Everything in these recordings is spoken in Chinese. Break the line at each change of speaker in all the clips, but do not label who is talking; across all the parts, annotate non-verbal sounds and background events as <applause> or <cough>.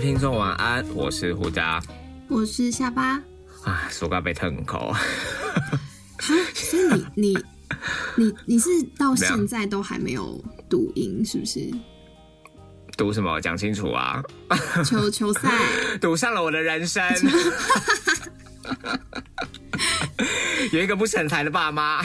听众晚安，我是胡渣。
我是下巴。
啊，暑假被疼口，
哈，所以
<laughs>
你你你你是到现在都还没有读音是不
<laughs>
是？
读什么？讲清楚啊！
球球赛，
赌上了我的人
<laughs>
生。有一个不成才的爸妈。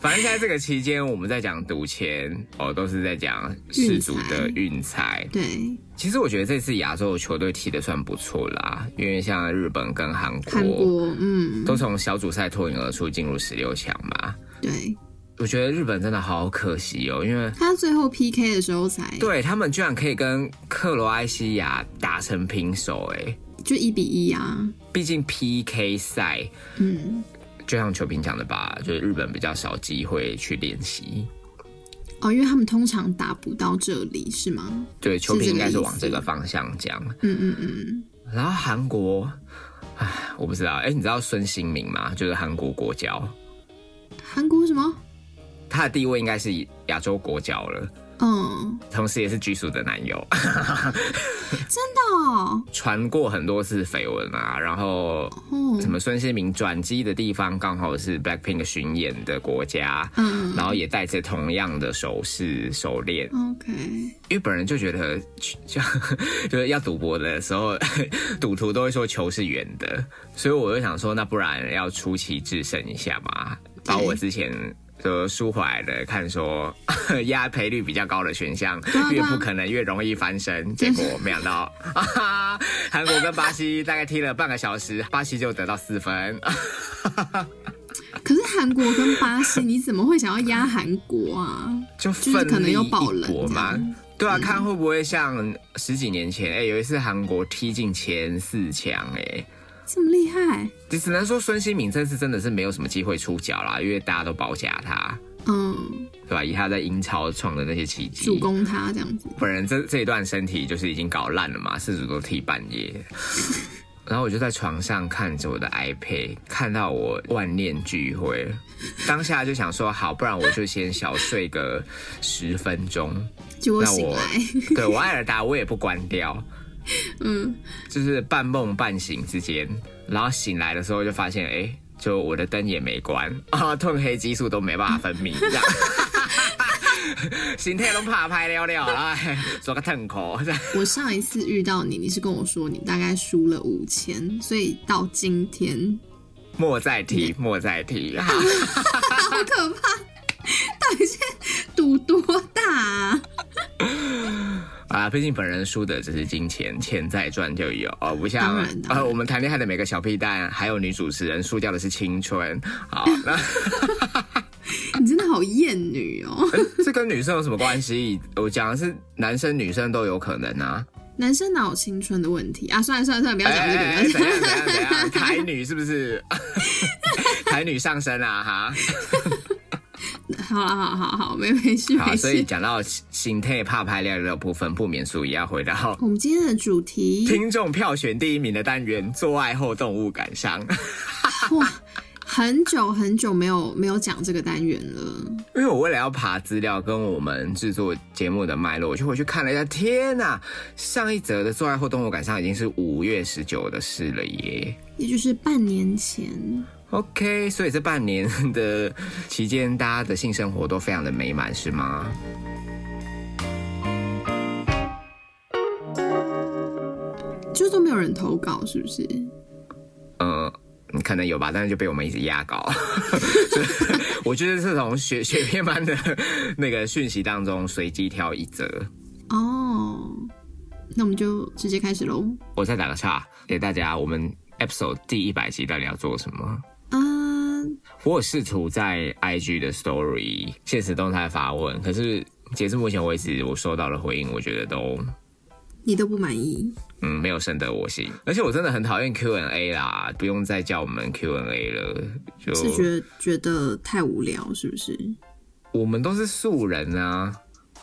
反正现在这个期间，我们在讲赌钱，哦，都是在讲世足的运彩。
对，
其实我觉得这次亚洲球队踢的算不错啦，因为像日本跟韩国，
韩国，嗯，
都从小组赛脱颖而出进入十六强嘛。
对，
我觉得日本真的好可惜哦，因为
他最后 PK 的时候才
对他们居然可以跟克罗埃西亚打成平手、哎，
就一比一啊，
毕竟 PK 赛
嗯，
就像球评讲的吧，就是日本比较少机会去练习。
哦，因为他们通常打不到这里是吗？
对，球
这
评应
个
该
意
是
思
往这个方向讲。
嗯嗯嗯，
然后韩国，唉，我不知道。哎，你知道孙兴民吗？就是韩国国脚，
韩国什么？
他的地位应该是亚洲国脚了，
嗯，
同时也是居叔的男友， <laughs>
真的哦，
传过很多次绯闻啊。然后
哦
什么孙兴民转机的地方刚好是 BLACKPINK 巡演的国家，
嗯
然后也带着同样的首饰、手链。
，OK，
因为本人就觉得，就 <laughs> 就是要赌博的时候， <laughs> 赌徒都会说球是圆的，所以我就想说，那不然要出奇制胜一下嘛，把我之前呃输回来的看说 <laughs> 压赔率比较高的选项
啊，对
越
啊
不可能越容易翻身。结果没想到， <laughs> 啊哈，韩国跟巴西大概踢了半个小时，巴西就得到四分。
可是韩国跟巴西，你怎么会想要压韩国啊？
就
就是
奋
可能
力
有爆
一
冷
搏
这
嘛
样。嗯
对啊，看会不会像十几年前，哎、有一次韩国踢进前四强，哎，
这么厉害？
只只能说孙兴敏这次真的是没有什么机会出脚啦，因为大家都包夹他，
嗯，
对吧？以他在英超创的那些奇迹，
主攻他这样子，
本人这这一段身体就是已经搞烂了嘛，四组都踢半夜。 <laughs> 然后我就在床上看着我的 iPad，看到我万念俱灰，当下就想说好，不然我就先小睡个十分钟。
结果
那
醒
我
来， <laughs>
<laughs> 对我艾尔达我也不关掉，
嗯，
就是半梦半醒之间，然后醒来的时候就发现，哎、就我的灯也没关 <laughs> 啊，褪黑激素都没办法分泌，这样， <laughs> 心态都怕拍了了啦，做个痛口，这样
我上一次遇到你，你是跟我说你大概输了五千，所以到今天
莫再提，莫再提，啊好
好可怕！到底是赌多大、啊？
啊，毕竟本人输的只是金钱，钱再赚就有哦，不
当
像
然当
呃
然
我们谈恋爱的每个小屁蛋，还有女主持人输掉的是青春，啊好，那。
你真的好厌女 <laughs> 哦！
<laughs> 这跟女生有什么关系？我讲的是男生女生都有可能啊。
男生哪有青春的问题啊？算了算了算了，不要讲这个，不要
哎
讲这
怎
个。
样怎样怎样？台
<laughs>
女是不是？ <laughs> 台女上升啊哈。
好了，好好好，没没事
好，
没
所以
事。
讲到心态怕拍料的部分，不免俗也要回到 <laughs>
我们今天的主题
听众票选第一名的单元——做爱后动物感伤。 <laughs>
哇，很久很久没有没有讲这个单元了。
因为我为了要爬资料跟我们制作节目的脉络，我就回去看了一下。天呐，上一则的做爱后动物感伤已经是五月十九的事了耶。
也就是半年前，
OK，所以这半年的期间，大家的性生活都非常的美满，是吗？
就都没有人投稿，是不是？
呃，可能有吧，但是就被我们一直压 <laughs> 稿。我觉得是从学学片班的那个讯息当中随机挑一则。
哦，那我们就直接开始喽。
我再打个岔，给大家我们 episode 第一百集到底要做什么？
啊，
我有试图在 IG 的 Story 现实动态发问，可是截至目前为止，我收到的回应，我觉得都
你都不满意？
嗯，没有深得我心，而且我真的很讨厌 Q&A 啦，不用再叫我们 Q&A 了，就是
觉得觉得太无聊，是不是？
我们都是素人啊。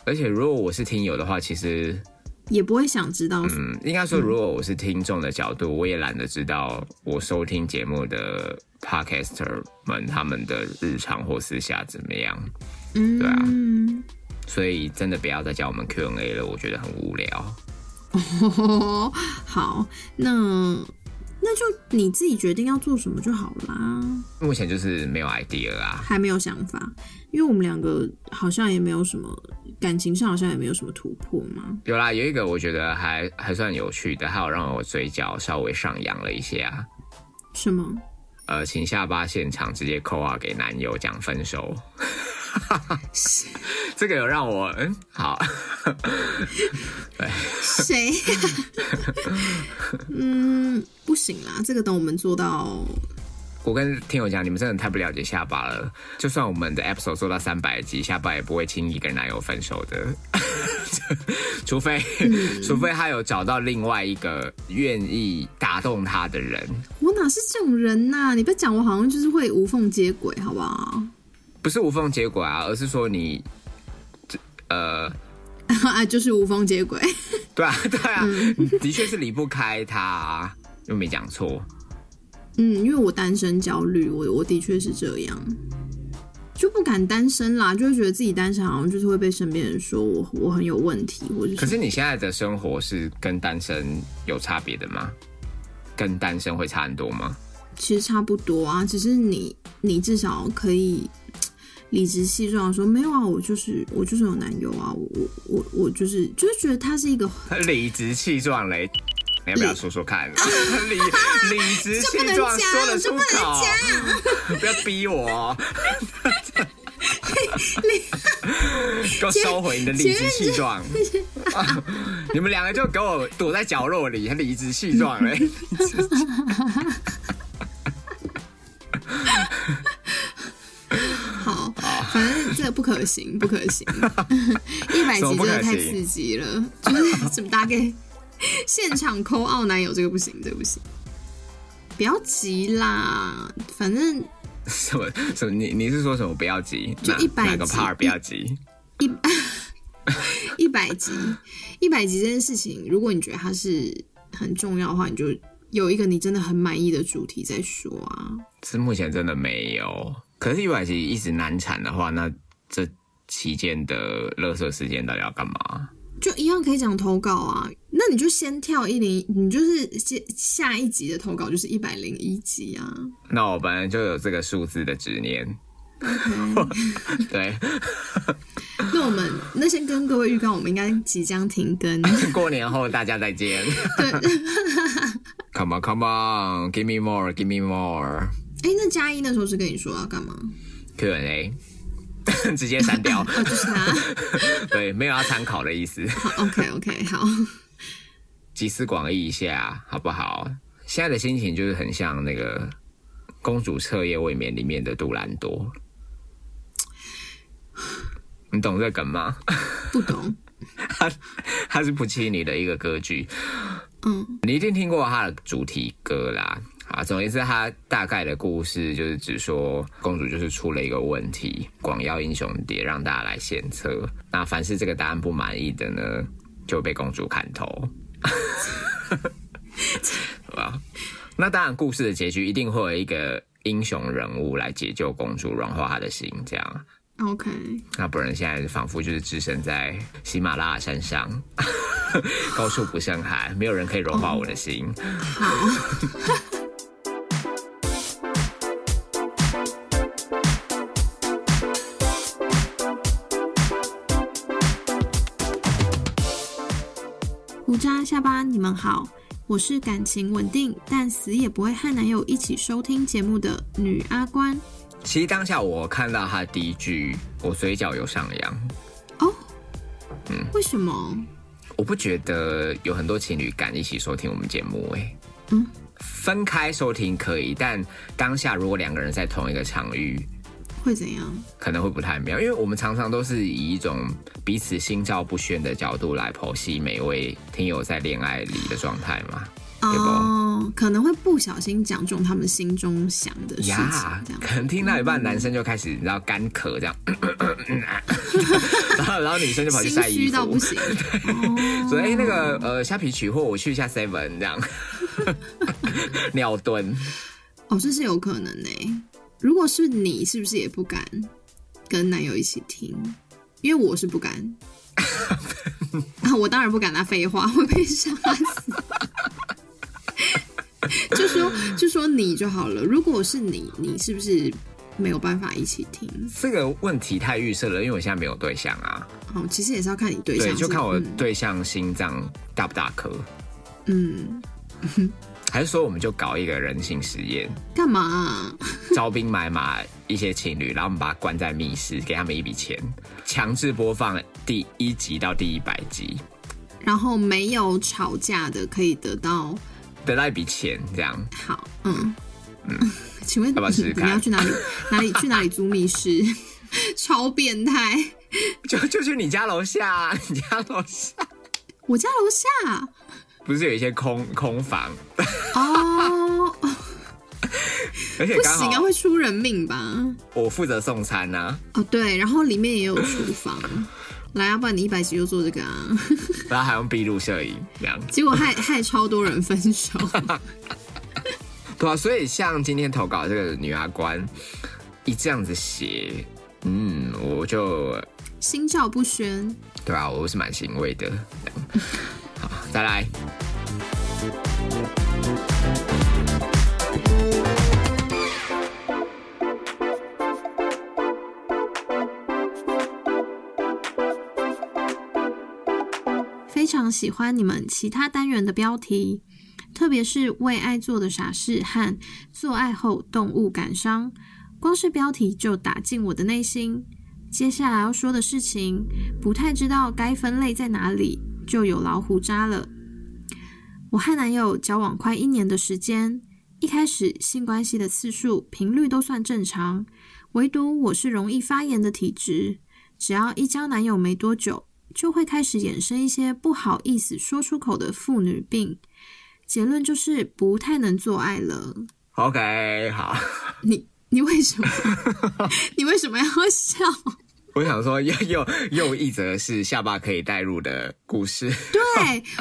而且如果我是听友的话，其实
也不会想知道。
嗯，应该说如果我是听众的角度，我也懒得知道我收听节目的 podcaster 们他们的日常或私下怎么样。
嗯，
对啊所以真的不要再教我们 Q&A 了，我觉得很无聊。
哦， <laughs> 好，那那就你自己决定要做什么就好啦，
目前就是没有 idea 啊啦。
还没有想法，因为我们两个好像也没有什么感情上好像也没有什么突破嘛。
有啦，有一个我觉得还还算有趣的，还有让我嘴角稍微上扬了一啊下。
什么？
呃，请下巴现场直接扣号给男友讲分手，这个有让我嗯好，
谁 <laughs> 呀、嗯，不行啦，这个等我们做到，
我跟听友讲，你们真的太不了解下巴了。就算我们的 episode 做到三百集，下巴也不会轻易跟男友分手的，除非、除非他有找到另外一个愿意打动他的人。
我哪是这种人呐、你不要讲我好像就是会无缝接轨，好不好？ <laughs>
不是无缝接轨啊，而是说你，这呃，
啊，就是无缝接轨。 <laughs>
对啊，对啊，你的确是离不开他、啊，又没讲错。
嗯，因为我单身焦虑，我我的确是这样，就不敢单身啦，就会觉得自己单身好像就是会被身边人说我我很有问题，或者
可是你现在的生活是跟单身有差别的吗？跟单身会差很多吗？
其实差不多啊，只是你你至少可以理直气壮地说没有啊，我就是我就是有男友啊，我我我我就是就是觉得他是一个
<laughs> 理直气壮嘞，你要不要说说看？理 <laughs> 理直气壮说得出口， <laughs> 不要逼我哦， <laughs> 给我收回你的理直气壮！ <laughs> 你们两个就给我躲在角落里，还理直气壮嘞。 <laughs>
好，反正这个不
<laughs>
可行，不可行， <laughs> 一百
什么
集
不
真
可
的太
行
刺激了，就是怎么打给现场抠澳男友这个不行，这个不行，不要急啦，反正
什么什么？你你是说什么？不要急，
就
哪
100
哪个
集
part 不要急？
一一百集，一百集这件事情，如果你觉得它是很重要的话，你就有一个你真的很满意的主题再说啊。
是目前真的没有。可是一百集一直难产的话，那这期间的垃圾时间到底要干嘛？
就一样可以讲投稿啊，那你就先跳一零，你就是接下一集的投稿就是一百零一集啊。
那我本来就有这个数字的执念， <laughs> 对，
那我们那先跟各位预告，我们应该即将停更。
过年后大家再见。
对，
Come on, come on, give me more, give me more.
哎，那嘉一那时候是跟你说要干嘛？
Q&A，直 <laughs> 接删掉。
哦，就是他。
对，没有要参考的意思。
好，OK OK，好，
集思广益一下，好不好？现在的心情就是很像那个《公主彻夜未眠》里面的杜兰多，你懂这梗吗？ <laughs>
不懂。
它是普契尼的一个歌剧，
嗯，
你一定听过它的主题歌啦。啊，总而言之，它大概的故事就是指说，公主就是出了一个问题，广邀英雄蝶让大家来献策。那凡是这个答案不满意的呢，就被公主砍头。 <laughs> 啊，那当然，故事的结局一定会有一个英雄人物来解救公主，软化她的心，这样。
OK，
那不然现在仿佛就是置身在喜马拉雅山上， <laughs> 高处不胜寒，没有人可以融化我的心。
好， <laughs> 胡渣下巴，你们好，我是感情稳定但死也不会和男友一起收听节目的女阿关。
其实当下我看到他的第一句，我嘴角有上扬。
哦，
嗯
为什么？
我不觉得有很多情侣敢一起收听我们节目、欸，哎，
嗯，
分开收听可以，但当下如果两个人在同一个场域，
会怎样？
可能会不太妙，因为我们常常都是以一种彼此心照不宣的角度来剖析每位听友在恋爱里的状态嘛。不
哦，可能会不小心讲中他们心中想的事情，
呀
这样。
可能听到一半，男生就开始你知道干咳这样，然后然后女生就跑去
心
晒衣
虚到
服 <laughs>
不，行。哦
说哎、那个呃虾皮取货，我去一下 seven 这样， <laughs> 尿遁，
哦，这是有可能欸呢、如果是你，是不是也不敢跟男友一起听？因为我是不敢。
<laughs>
啊，我当然不敢啦，废话会被杀死。 <laughs> 就说就说你就好了。如果是你，你是不是没有办法一起听？
这个问题太预设了，因为我现在没有对象啊。
哦，其实也是要看你对象
对，
是，
就看我
嗯
对象心脏大不大颗，
嗯，
还是说我们就搞一个人性实
<laughs>
验，
干嘛啊、 <laughs>
招兵买马一些情侣，然后我们把他关在密室，给他们一笔钱，强制播放第一集到第一百集，
然后没有吵架的可以得到
得到一笔钱，这样
好，嗯嗯， <laughs> 请问
要不要试试
你们
看
要去
<laughs>
哪里？哪里去哪里租密室？ <laughs> 超变态！
就就去你家楼下啊、 <laughs> 你家楼下
我家楼下
不是有一些空空房， <laughs>
哦，
而且
不
哎刚
行啊，
好
会出人命吧？
我负责送餐呐、啊，
哦，对，然后里面也有厨房。来啊，不然你一百集就做这个啊， <laughs>
然后还用闭路摄影这样。
结果害害超多人分手。 <laughs>
对啊，所以像今天投稿这个女阿关，一这样子写，嗯，我就
心照不宣，
对啊，我是蛮欣慰的。好，再来，
非常喜欢你们其他单元的标题，特别是“为爱做的傻事”和“做爱后动物感伤”，光是标题就打进我的内心。接下来要说的事情，不太知道该分类在哪里，就有老虎渣了。我和男友交往快一年的时间，一开始性关系的次数、频率都算正常，唯独我是容易发炎的体质，只要一交男友没多久，就会开始衍生一些不好意思说出口的妇女病。结论就是不太能做爱了。
OK，好，
你你为什么？ <laughs> 你为什么要笑？
我想说又又又一则是下巴可以带入的故事， <laughs>
对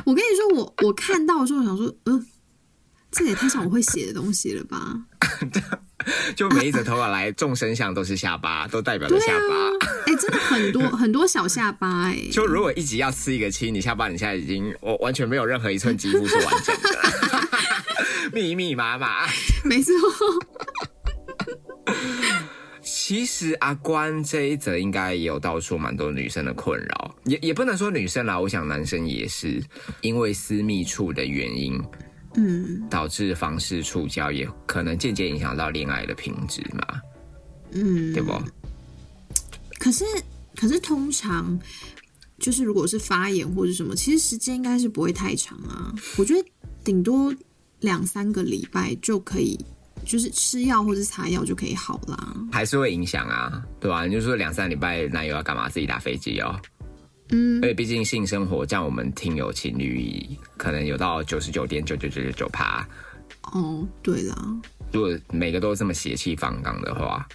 我跟你说，我我看到的时候想说，嗯、这也太像我会写的东西了吧？
就每一则投稿来众生相都是下巴，都代表着
<laughs> 对
下
啊
巴。，
哎、真的很多很多小下巴哎、
就如果一集要吃一个七，你下巴你现在已经我完全没有任何一寸肌肤是完整的， <laughs> 密密麻麻。
没错，
其实阿关这一则应该也有道出蛮多女生的困扰，也也不能说女生啦，我想男生也是因为私密处的原因，
嗯
导致房事触交，也可能间接影响到恋爱的品质嘛，
嗯，
对不？
可是，可是通常就是如果是发炎或者什么，其实时间应该是不会太长啊。我觉得顶多两三个礼拜就可以，就是吃药或者擦药就可以好啦。
还是会影响啊，对吧、你就说两三礼拜男友要干嘛，自己打飞机哦。
嗯，
而且毕竟性生活占我们听友情侣可能有到九十九点九九九九九趴，
哦，对啦，
如果每个都这么血气方刚的话，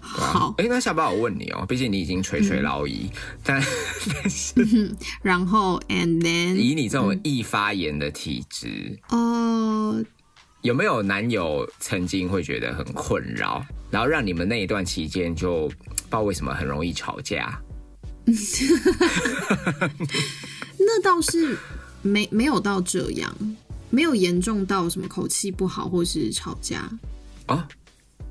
好，
哎、那下巴我问你哦、毕竟你已经垂
嗯
垂老矣，但但是
然后 and then
以你这种
嗯
易发炎的体质，
呃，
有没有男友曾经会觉得很困扰，然后让你们那一段期间就不知道为什么很容易吵架？
那倒是没没有到这样，没有严重到什么口气不好或是吵架。
哦，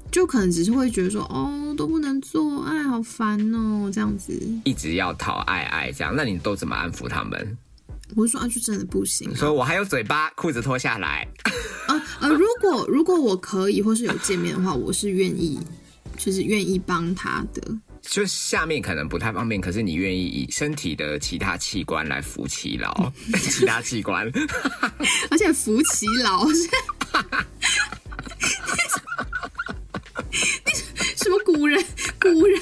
就可能只是会觉得说，哦，都不能做爱，好烦哦，这样子。
一直要讨爱爱这样，那你都怎么安抚他们？
我就说啊，就真的不
<laughs>
行
你说我还有嘴巴，裤子脱下来，
啊呃，如果如果我可以，或是有见面的话，我是愿意，就是愿意帮他的。
就下面可能不太方便，可是你愿意以身体的其他器官来扶其劳，
嗯
<laughs> 其他器
<laughs>
官。
而且扶其老， <laughs> 是什么古人古人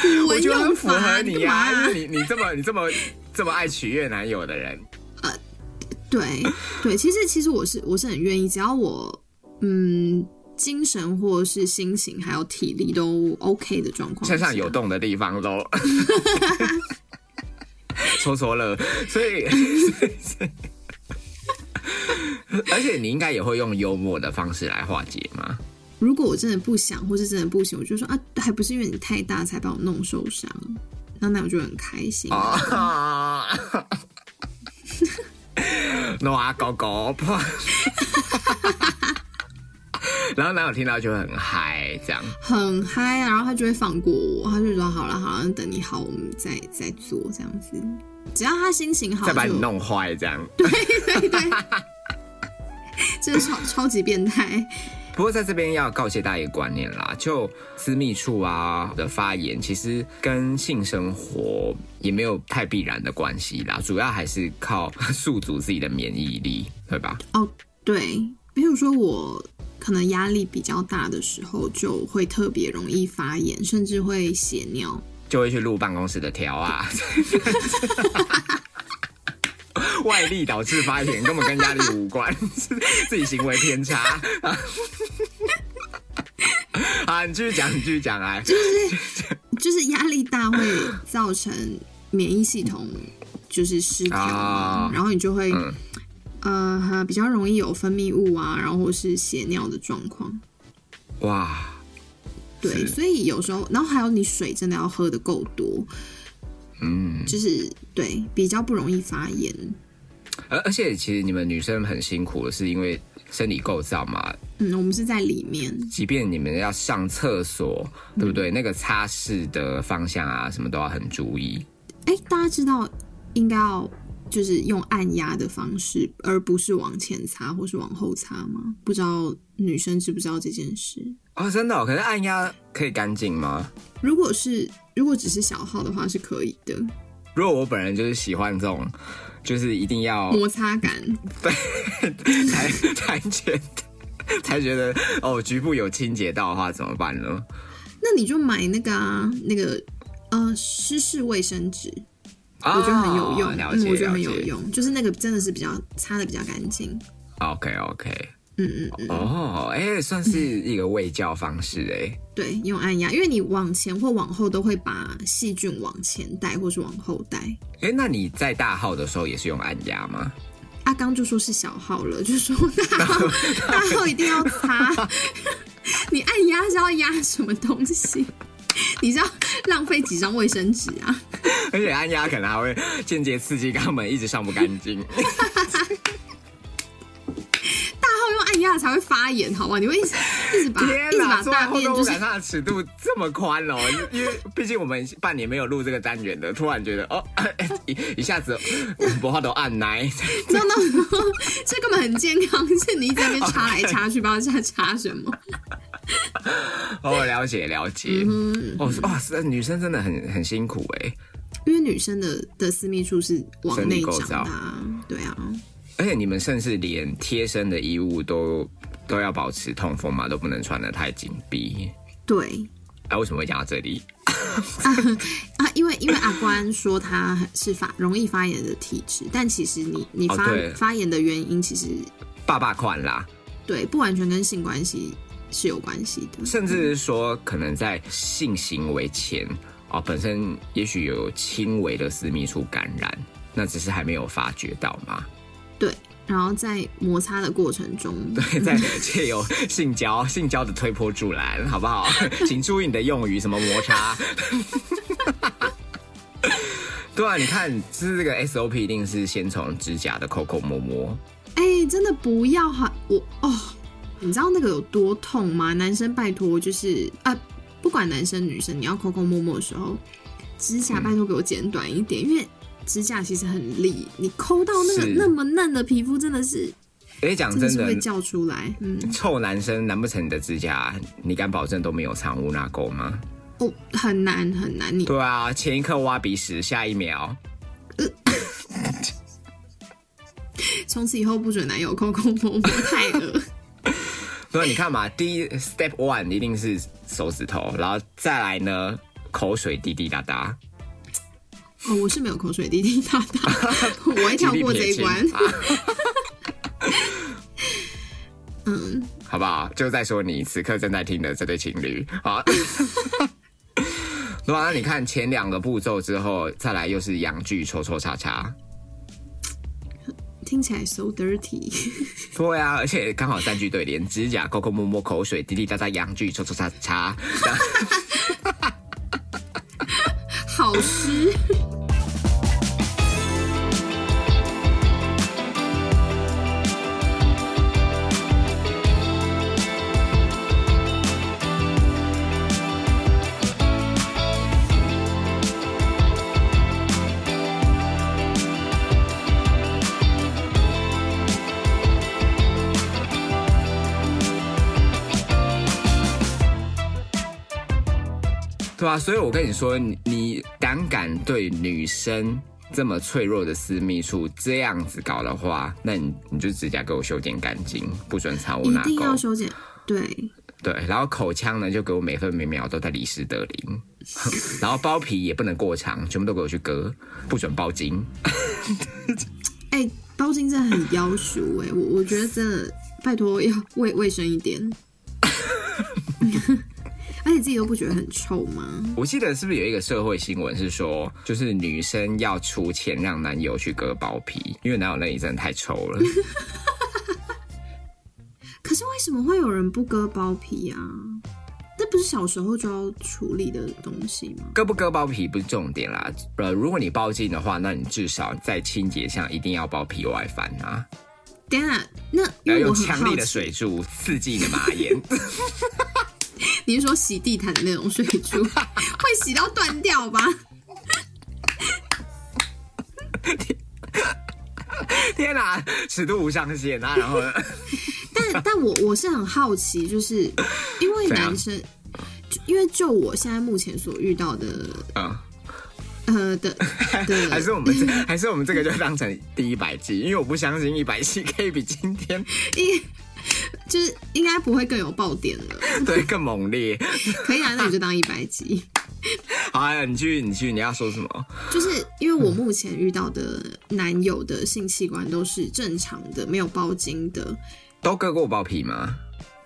古
我
文
觉得很
用
符
法
合
啊，
你
干嘛
呀、
<laughs> 啊
因？为你你这么你这么这么爱取悦男友的人，
对对，其实其实我是我是很愿意，只要我嗯精神或是心情还有体力都 OK 的状况下，
身上有洞的地方都
<laughs>
说错了，所以。 <laughs> 而且你应该也会用幽默的方式来化解嘛？
如果我真的不想，或是真的不行，我就说啊，还不是因为你太大才把我弄受伤。然后那我就很开心。
<laughs> 啊！哇，狗狗
<laughs>
怕。然后男友听到就会很嗨，这样
很嗨啊，然后他就会放过我，他就说好了好了，等你好，我们再再做这样子。只要他心情好，
再把
哦就
你弄坏，这样。
对 <laughs> 对 <laughs> 对，这是超超级变态。
不过在这边要告诫大家一个观念啦，就私密处啊的发言，其实跟性生活也没有太必然的关系啦，主要还是靠宿主自己的免疫力，对吧？
哦，对，比如说我可能压力比较大的时候，就会特别容易发炎，甚至会血尿。 <laughs>
就会去录办公室的条啊。外力导致发炎，根本跟压力无关， <laughs> 是自己行为偏差。 <laughs> 啊，你继续讲，你继续讲哎。
就是压力大会造成免疫系统就是失调嘛，
啊嗯
然后你就会、呃哈比较容易有分泌物啊，然后或是血尿的状况。
哇，
对，
是
所以有时候，然后还有你水真的要喝的够多，
嗯，
就是对比较不容易发炎。
而而且其实你们女生很辛苦，是因为生理构造嘛，
嗯，我们是在里面，
即便你们要上厕所，对不
嗯
对？那个擦拭的方向啊，什么都要很注意。
哎，大家知道应该要就是用按压的方式，而不是往前擦或是往后擦吗？不知道女生知不知道这件事？
哦，真的哦、可是按压可以干净吗？
如果是如果只是小号的话是可以的，
如果我本人就是喜欢这种，就是一定要
摩擦感。嗯
<laughs> 才才觉得才觉得哦，局部有清洁到的话怎么办呢？
那你就买那个啊，那个呃湿式卫生纸，
啊
我觉得很有用，
了
嗯，
解，
我觉得很
了
有
解。
用，就是那个真的是比较擦的比较干净，
OK OK，
嗯嗯嗯，
哦，哎、算是一个卫教方式哎、
对，用按压，因为你往前或往后都会把细菌往前带或是往后带。
哎、那你在大号的时候也是用按压吗？ <laughs>
阿啊刚就说是小号了， <laughs> 就说大号大号一定要擦。你按压是要压什么东西？你是要浪费几张卫生纸啊？
而且按压可能还会间接刺激肛门一直上不干净。
大号用按压才会发炎，好吧？你会一直一直把
<laughs> 天
一
<laughs>
直
哪，
把
做完
大
后
便
动
就
物
是
感上的尺度这么宽哦，因因为毕竟我们半年没有录这个单元的，突然觉得哦， <laughs> 一一下子我们不话都按奶。
no no no，这根本很健康，是你一直在那边插来插去，不知道在插什
<laughs>
么。
<laughs> 哦，了解了解。哦是哇，是女生真的很很辛苦哎，
因为女生的的私密处是往
生理
内
构
长的、
造
啊，对啊，
而且你们甚至连贴身的衣物都都要保持通风嘛，都不能穿的太紧闭。
对
哎、啊，为什么会讲到这里？
啊，因为因为阿关说他是发容易发炎的体质，但其实你你
哦
发、
对
发炎的原因其实
爸爸款啦，
对不完全跟性关系是有关系的，
甚至是说可能在性行为前哦，本身也许有轻微的私密处感染，那只是还没有发觉到嘛。 <laughs>
对，然后在摩擦的过程中，
对，在借由性交、 <laughs> 性交的推波助澜，好不好？请注意你的用语，什么摩擦。 <laughs> 对啊，你看，就是这个 SOP 一定是先从指甲的抠抠摸摸，
哎、真的不要哈，我哦，你知道那个有多痛吗？男生拜托，就是啊，不管男生女生，你要抠抠摸摸的时候，指
嗯
甲拜托给我剪短一点，因为指甲其实很利，你抠到那个
是
那么嫩的皮肤，真的是
而且讲
真的
真
是
的
会，叫出来。嗯，
臭男生难不成你的指甲，你敢保证都没有藏污纳垢吗？
哦，很难很难，你
对啊，前一刻挖鼻屎，下一秒
从此以后不准男友抠抠摸摸，太
<laughs>
恶。
所以你看嘛，第一 step one 一定是手指头，然后再来呢，口水滴滴答答，
哦，我是没有口水滴滴答
<laughs>
答，我会跳过这一关 <laughs>
举例撇。清，啊好不好？就再说你此刻正在听的这对情侣啊。对啊， <laughs> 那你看前两个步骤之后，再来又是阳具抽抽插插，
听起来 so dirty。
对啊，而且刚好三句对联：指甲抠抠摸摸，口水滴滴答答，阳具抽抽插插。
好诗。
对啊，所以我跟你说，你你胆敢对女生这么脆弱的私密处这样子搞的话，那你你就指甲给我修剪干净，不准藏污
一
纳
定要
垢。
修剪。对，
对，然后口腔呢，就给我每分每秒都在李斯德林，然后包皮也不能过长，全部都给我去割，不准包茎。
哎、包茎真的很妖俗哎、我我觉得真的，拜托要卫卫生一
<laughs>
点。而且自己都不觉得很臭吗？
我记得是不是有一个社会新闻是说，就是女生要出钱让男友去割包皮，因为男友那里真的太臭了。
可是为什么会有人不割包皮啊？那不是小时候就要处理的东西吗？
割不割包皮不是重点啦，呃，如果你包茎的话，那你至少在清洁上一定要包皮外翻啊，
等一下，那因
要
为我
用
很
强
好
力
奇，
的水柱刺激你的马眼。
你是说洗地毯的那种水珠，会洗到断掉吧？
<laughs> 天哪、尺度无上限啊！然后
<laughs>
呢
<laughs> 但但我我是很好奇，就是因为
怎样
男生，就因为就我现在目前所遇到的
嗯，
呃的
<laughs>
的，
还是我们这，还是我们这个就当成第一百季，因为我不相信一百季可以比今天
应就是应该不会更有爆点了，
对更猛烈。
可以啊，那你就当一百集。
好、啊，你去，你去，你要说什么？
就是因为我目前遇到的男友的性器官都是正常的，没有包茎的。
都割过包皮吗？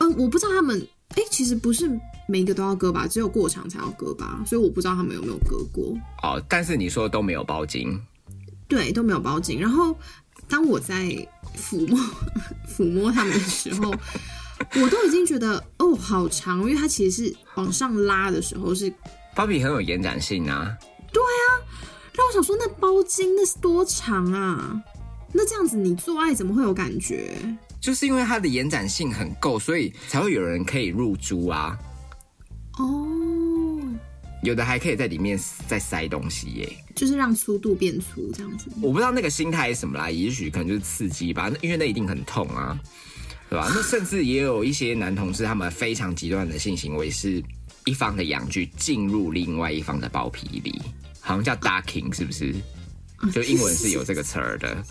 呃，我不知道他们，哎、其实不是每一个都要割吧，只有过长才要割吧，所以我不知道他们有没有割过。
哦，但是你说都没有包茎，
对，都没有包茎。然后当我在抚摸 <laughs> 抚摸他们的时候，我都已经觉得哦，好长哦，因为它其实是往上拉的时候是。
包皮很有延展性啊。
让我想说，那包茎那是多长啊？那这样子你做爱怎么会有感觉？
就是因为它的延展性很够，所以才会有人可以入珠啊，
哦，
有的还可以在里面再塞东西耶。
就是让粗度变粗这样子。
我不知道那个心态是什么啦，也许可能就是刺激吧，因为那一定很痛啊，对吧？那甚至也有一些男同志，他们非常极端的性行为是一方的阳具进入另外一方的包皮里，好像叫 ducking，是不是？就英文
<laughs>
是有这个词儿的，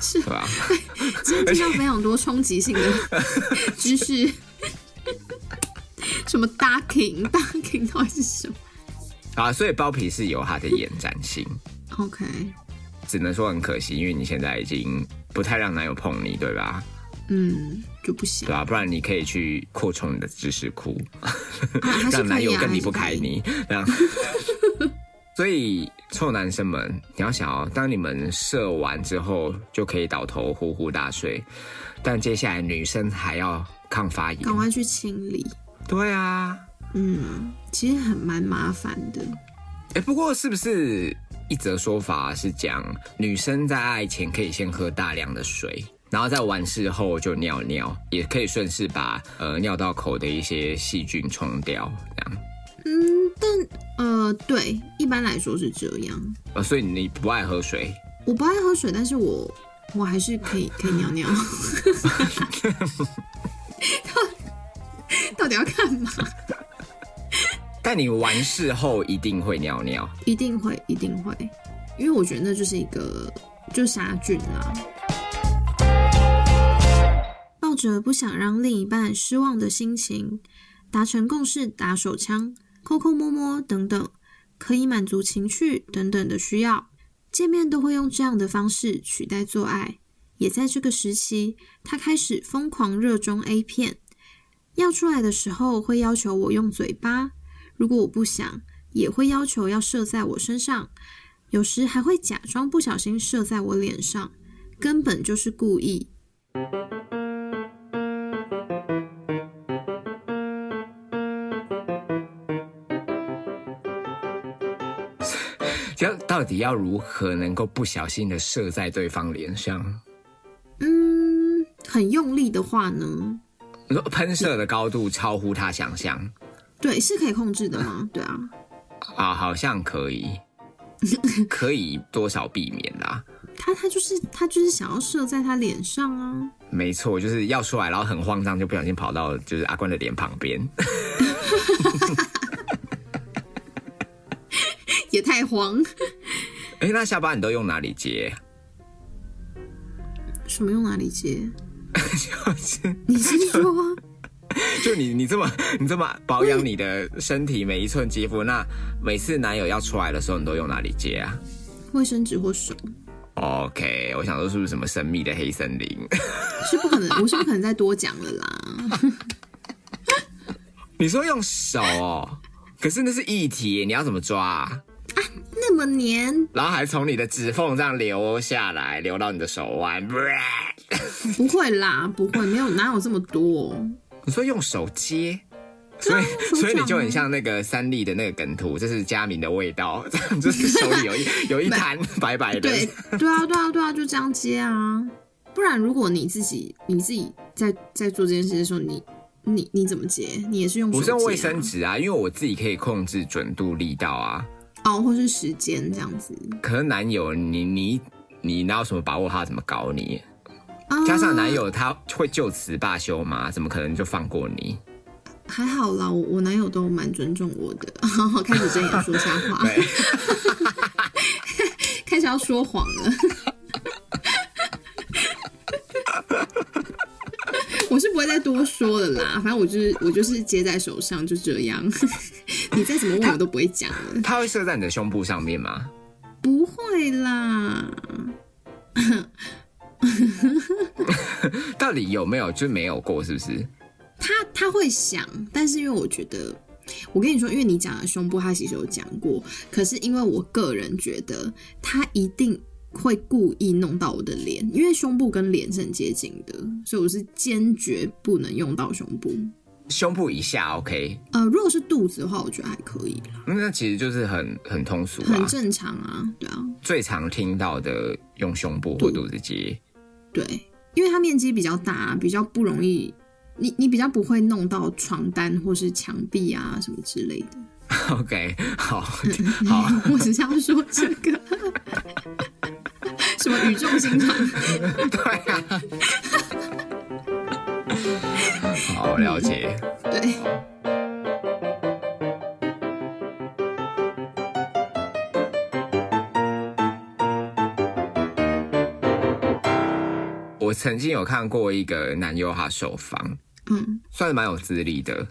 是
对吧？
今天听到非常多冲击
<laughs>
性的知识， <laughs> 什么 ducking ducking 到底是什么
啊，所以包皮是有它的延展性。
？OK，
只能说很可惜，因为你现在已经不太让男友碰你，对吧？
嗯，就不行
<laughs> 对。吧、不然你可以去扩充你的知识库，
啊，还是
让
可
男
以
友
啊，
更
还
离
是
不
可
开
以。
你。让 <laughs> 所以，臭男生们，你要想哦，当你们射完之后就可以倒头呼呼大睡，但接下来女生还要抗发炎。
赶快去清理。
对啊，
嗯，其实很蛮麻烦的。
哎、不过是不是一则说法是讲女生在爱前可以先喝大量的水，然后在完事后就尿尿，也可以顺势把呃尿道口的一些细菌冲掉，这样。
嗯，但呃，对，一般来说是这样。
呃，所以你不爱喝水，
我不爱喝水，但是我我还是可以可以尿
<laughs>
尿。 <laughs> 到底要干嘛？
但你完事后一定会尿尿。
一定会，一定会，因为我觉得那就是一个就杀菌啦。抱着不想让另一半失望的心情，达成共识、打手枪、抠抠摸摸等等，可以满足情绪等等的需要。见面都会用这样的方式取代做爱。也在这个时期，他开始疯狂热衷 A 片。要出来的时候会要求我用嘴巴，如果我不想，也会要求要射在我身上。有时还会假装不小心射在我脸上，根本就是故意。
这样到底要如何能够不小心的射在对方脸上？
嗯，很用力的话呢？
你说喷射的高度超乎他想象
对，是可以控制的吗？对啊，
啊，好像可以，可以多少避免啦、
他他就是他就是想要射在他脸上啊。
没错，就是要出来，然后很慌张，就不小心跑到就是阿关的脸旁边。 <laughs>
也太慌，
哎、那下巴你都用哪里接？
什么用哪里接？
就是
你先说啊。
<laughs> 就你你这么你这么保养你的身体每一寸肌肤，那每次男友要出来的时候，你都用哪里接啊
卫生纸或手
？OK，我想说是不是什么神秘的黑森林？
是不可能，我是不可能再多讲了啦。
<laughs> 你说用手哦，可是那是液体，你要怎么抓、啊？
那么黏，
然后还从你的指缝这样流下来，流到你的手腕。
不会啦，不会，没有哪有这么多。
你说用手接，所以
手
所以你
掌
就很
啊
像那个三立的那个梗图，这是佳明的味道，这样就是手里
<laughs>
有一有一滩白白的。
对， <laughs> 对啊，对啊，对啊，就这样接啊。不然，如果你自己你自己在在做这件事的时候，你你你怎么接？你也是用手
我是
接、啊，
用卫生纸啊，因为我自己可以控制准度、力道啊。
哦，或是时间这样子。
可是男友，你你你哪有什么把握他怎么搞你？
啊
加上男友他会就此罢休吗？怎么可能就放过你？
还好啦，我我男友都蛮尊重我的。 <laughs> 开始睁眼说瞎话，
对，
<laughs> 开始要说谎了。 <laughs> 我是不会再多说了啦，反正我就是我就是接在手上就这样， <laughs> 你再怎么问我都不会讲了。
他会射在你的胸部上面吗？
不会啦，
到底有没有？就没有过，是不是？
他他会想，但是因为我觉得，我跟你说，因为你讲的胸部，他其实有讲过，可是因为我个人觉得，他一定会故意弄到我的脸，因为胸部跟脸是很接近的，所以我是坚决不能用到胸部。
胸部以下 OK，嗯
呃，如果是肚子的话，我觉得还可以啦，
那其实就是很很通俗啊
很。正常啊，对啊，
最常听到的用胸部或肚子接，
对，因为它面积比较大，啊比较不容易，你你比较不会弄到床单或是墙壁啊什么之类的。
<laughs> OK，好好，
<laughs> 我只想说这个。 <laughs> 什么语重心长？
<laughs> 对啊， <laughs> 好了解。
对，
我曾经有看过一个男优他受访，
嗯，
算是蛮有资历的，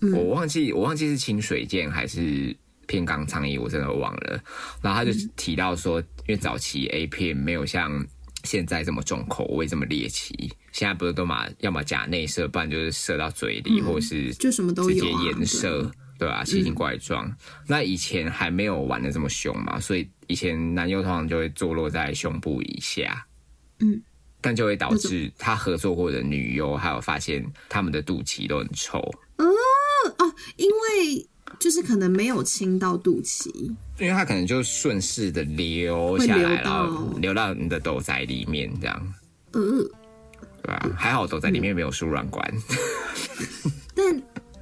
嗯
我忘记我忘记是清水剑还是片冈苍一，我真的忘了。然后他就提到说，因为早期 A 片没有像现在这么重口味这么猎奇，现在不是都嘛要么假内射，不然就是射到嘴里，或者是
就什么都
直
有
接
啊。
颜
对嗯
色，对啊，奇形怪状。那以前还没有玩的这么凶嘛，所以以前男优通常就会坐落在胸部以下，
嗯，
但就会导
那怎
致他合作过的女优，还有发现他们的肚脐都很臭，
因为就是可能没有亲到肚脐，
因为他可能就顺势的流
会
下
流
来，然后
到
流到你的斗仔里面，这样。
呃，
对吧、还好斗仔里面没有输卵管，
但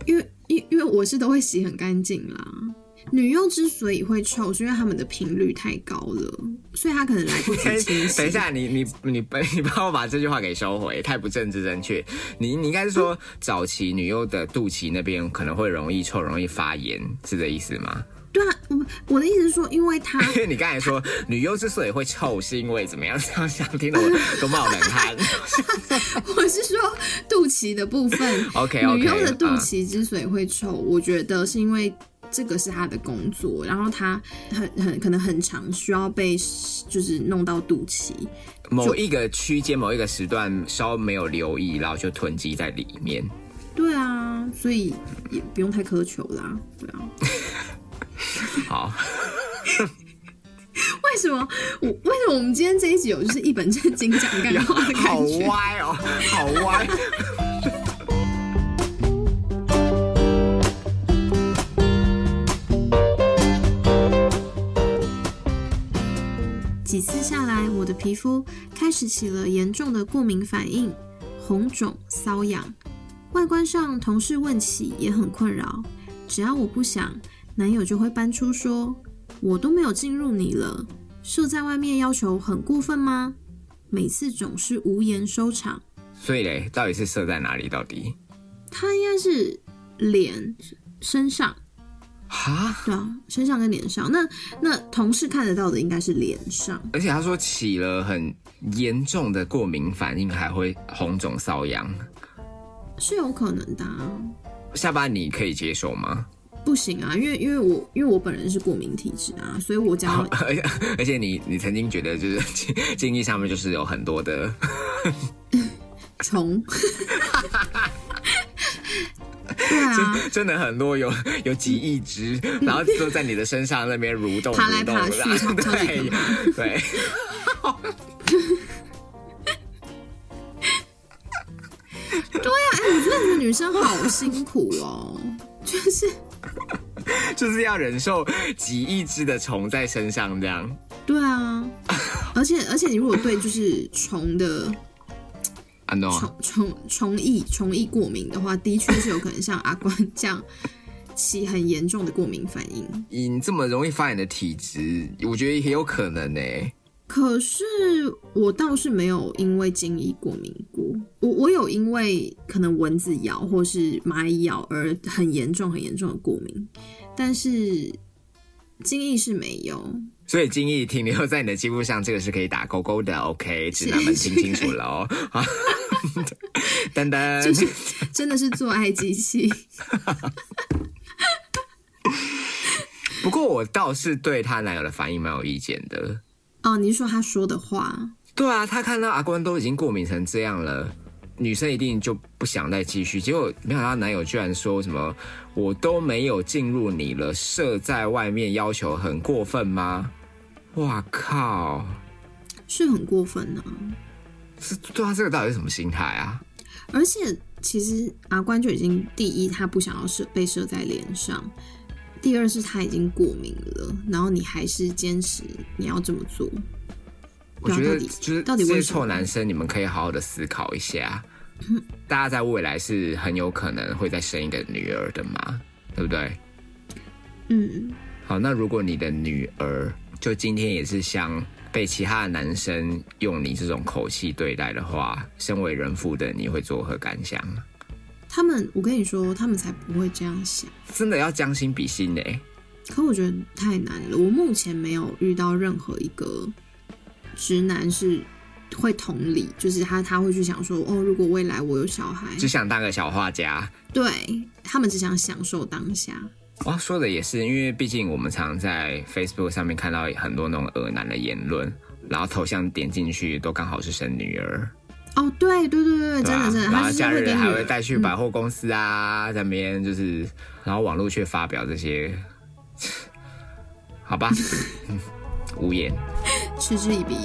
因为因因为我是都会洗很干净啦。女优之所以会臭，是因为她们的频率太高了，所以她可能来
<laughs>
不及清洗。
哎等一下，你你你你帮我把这句话给收回，太不政治正确。你你应该是说，早期女优的肚脐那边可能会容易臭，容易发炎，是这意思吗？ <laughs>
对啊，我我的意思是说，因为她 <laughs>
因为你刚才说女优之所以会臭，是因为怎么样？想想听得我都冒冷 <laughs> 汗。
我是说肚脐的
<laughs>
部分
OK，OK，嗯啊
女优的肚脐之所以会臭，我觉得是因为这个是她的工作，然后她很很可能很长需要被就是弄到肚脐，
某一个区间、某一个时段稍没有留意，然后就囤积在里面。
对啊，所以也不用太苛求啦，对啊，
好，
为什么我为什么我们今天这一集有就是一本正经讲干话的
<laughs> 好
感觉？
歪哦，好歪。
几次下来，我的皮肤开始起了严重的过敏反应，红肿、瘙痒。外观上，同事问起也很困扰。只要我不想，男友就会搬出说：“我都没有进入你了，射在外面要求很过分吗？”每次总是无言收场。
<laughs> 所以嘞，到底是射在哪里？到底？
他应该是脸、身上，
哈？
对啊，身上跟脸上。那那同事看得到的应该是脸上。
而且他说起了很严重的过敏反应，还会红肿瘙痒。
是有可能的、啊。
下巴你可以接受吗？ <laughs>
不行啊，因为因为我因为我本人是过敏体质啊，所以我只要
而且而且你你曾经觉得就是经经济上面就是有很多的， <laughs>
虫。对啊，
真的很多有有几亿只，然后就在你的身上那边蠕动
爬来
蠕动
爬去
然后
超级
对
可
对。
那个女生好辛苦哦，就是
就是要忍受几亿只的虫在身上这样。
对啊，而且而且你如果对就是虫的
啊 no，
虫虫虫疫虫疫过敏的话，的确是有可能像阿关这样起很严重的过敏反应。
以你这么容易发炎的体质，我觉得也有可能呢、欸
可是我倒是没有因为精益过敏过，我我有因为可能蚊子咬或是蚂蚁咬而很严重很严重的过敏，但是精益是没有。
所以精液停留在你的肌肤上，这个是可以打勾勾的。OK，直男们听清楚了
<laughs>
哦。啊噔噔，
就是真的是做爱机器，
不过我倒是对她男友的反应蛮有意见的。
哦，你是说他说的话，
对啊，她看到阿关都已经过敏成这样了，女生一定就不想再继续。结果没想到男友居然说什么“我都没有进入你了，射在外面要求很过分吗？”哇靠！
是很过分呢、啊。
是对他这个到底是什么心态啊？
而且其实阿关就已经第一，他不想要射被射在脸上；第二是他已经过敏了，然后你还是坚持你要这么做。啊
我觉
到
得
底
就是
到
这
底为
些
什么
臭男生，你们可以好好的思考一下，大家在未来是很有可能会再生一个女儿的嘛，对不对？
嗯，
好，那如果你的女儿就今天也是像被其他的男生用你这种口气对待的话，身为人父的你会作何感想？
他们，我跟你说，他们才不会这样想。
真的要将心比心嘞、
可我觉得太难了，我目前没有遇到任何一个直男是会同理，就是他他会去想说，哦，如果未来我有小孩，
只想当个小画家。
对他们只想享受当下。
哇，哦说的也是，因为毕竟我们常在 Facebook 上面看到很多那种恶男的言论，然后头像点进去都刚好是生女儿，
哦，对对对对，
对
真
吧
的真的，
然
他
后
就是
假
会
日
给你
还会带去百货公司啊，在那边就是，然后网络却发表这些，好吧， <laughs> 嗯无言。
嗤之以鼻。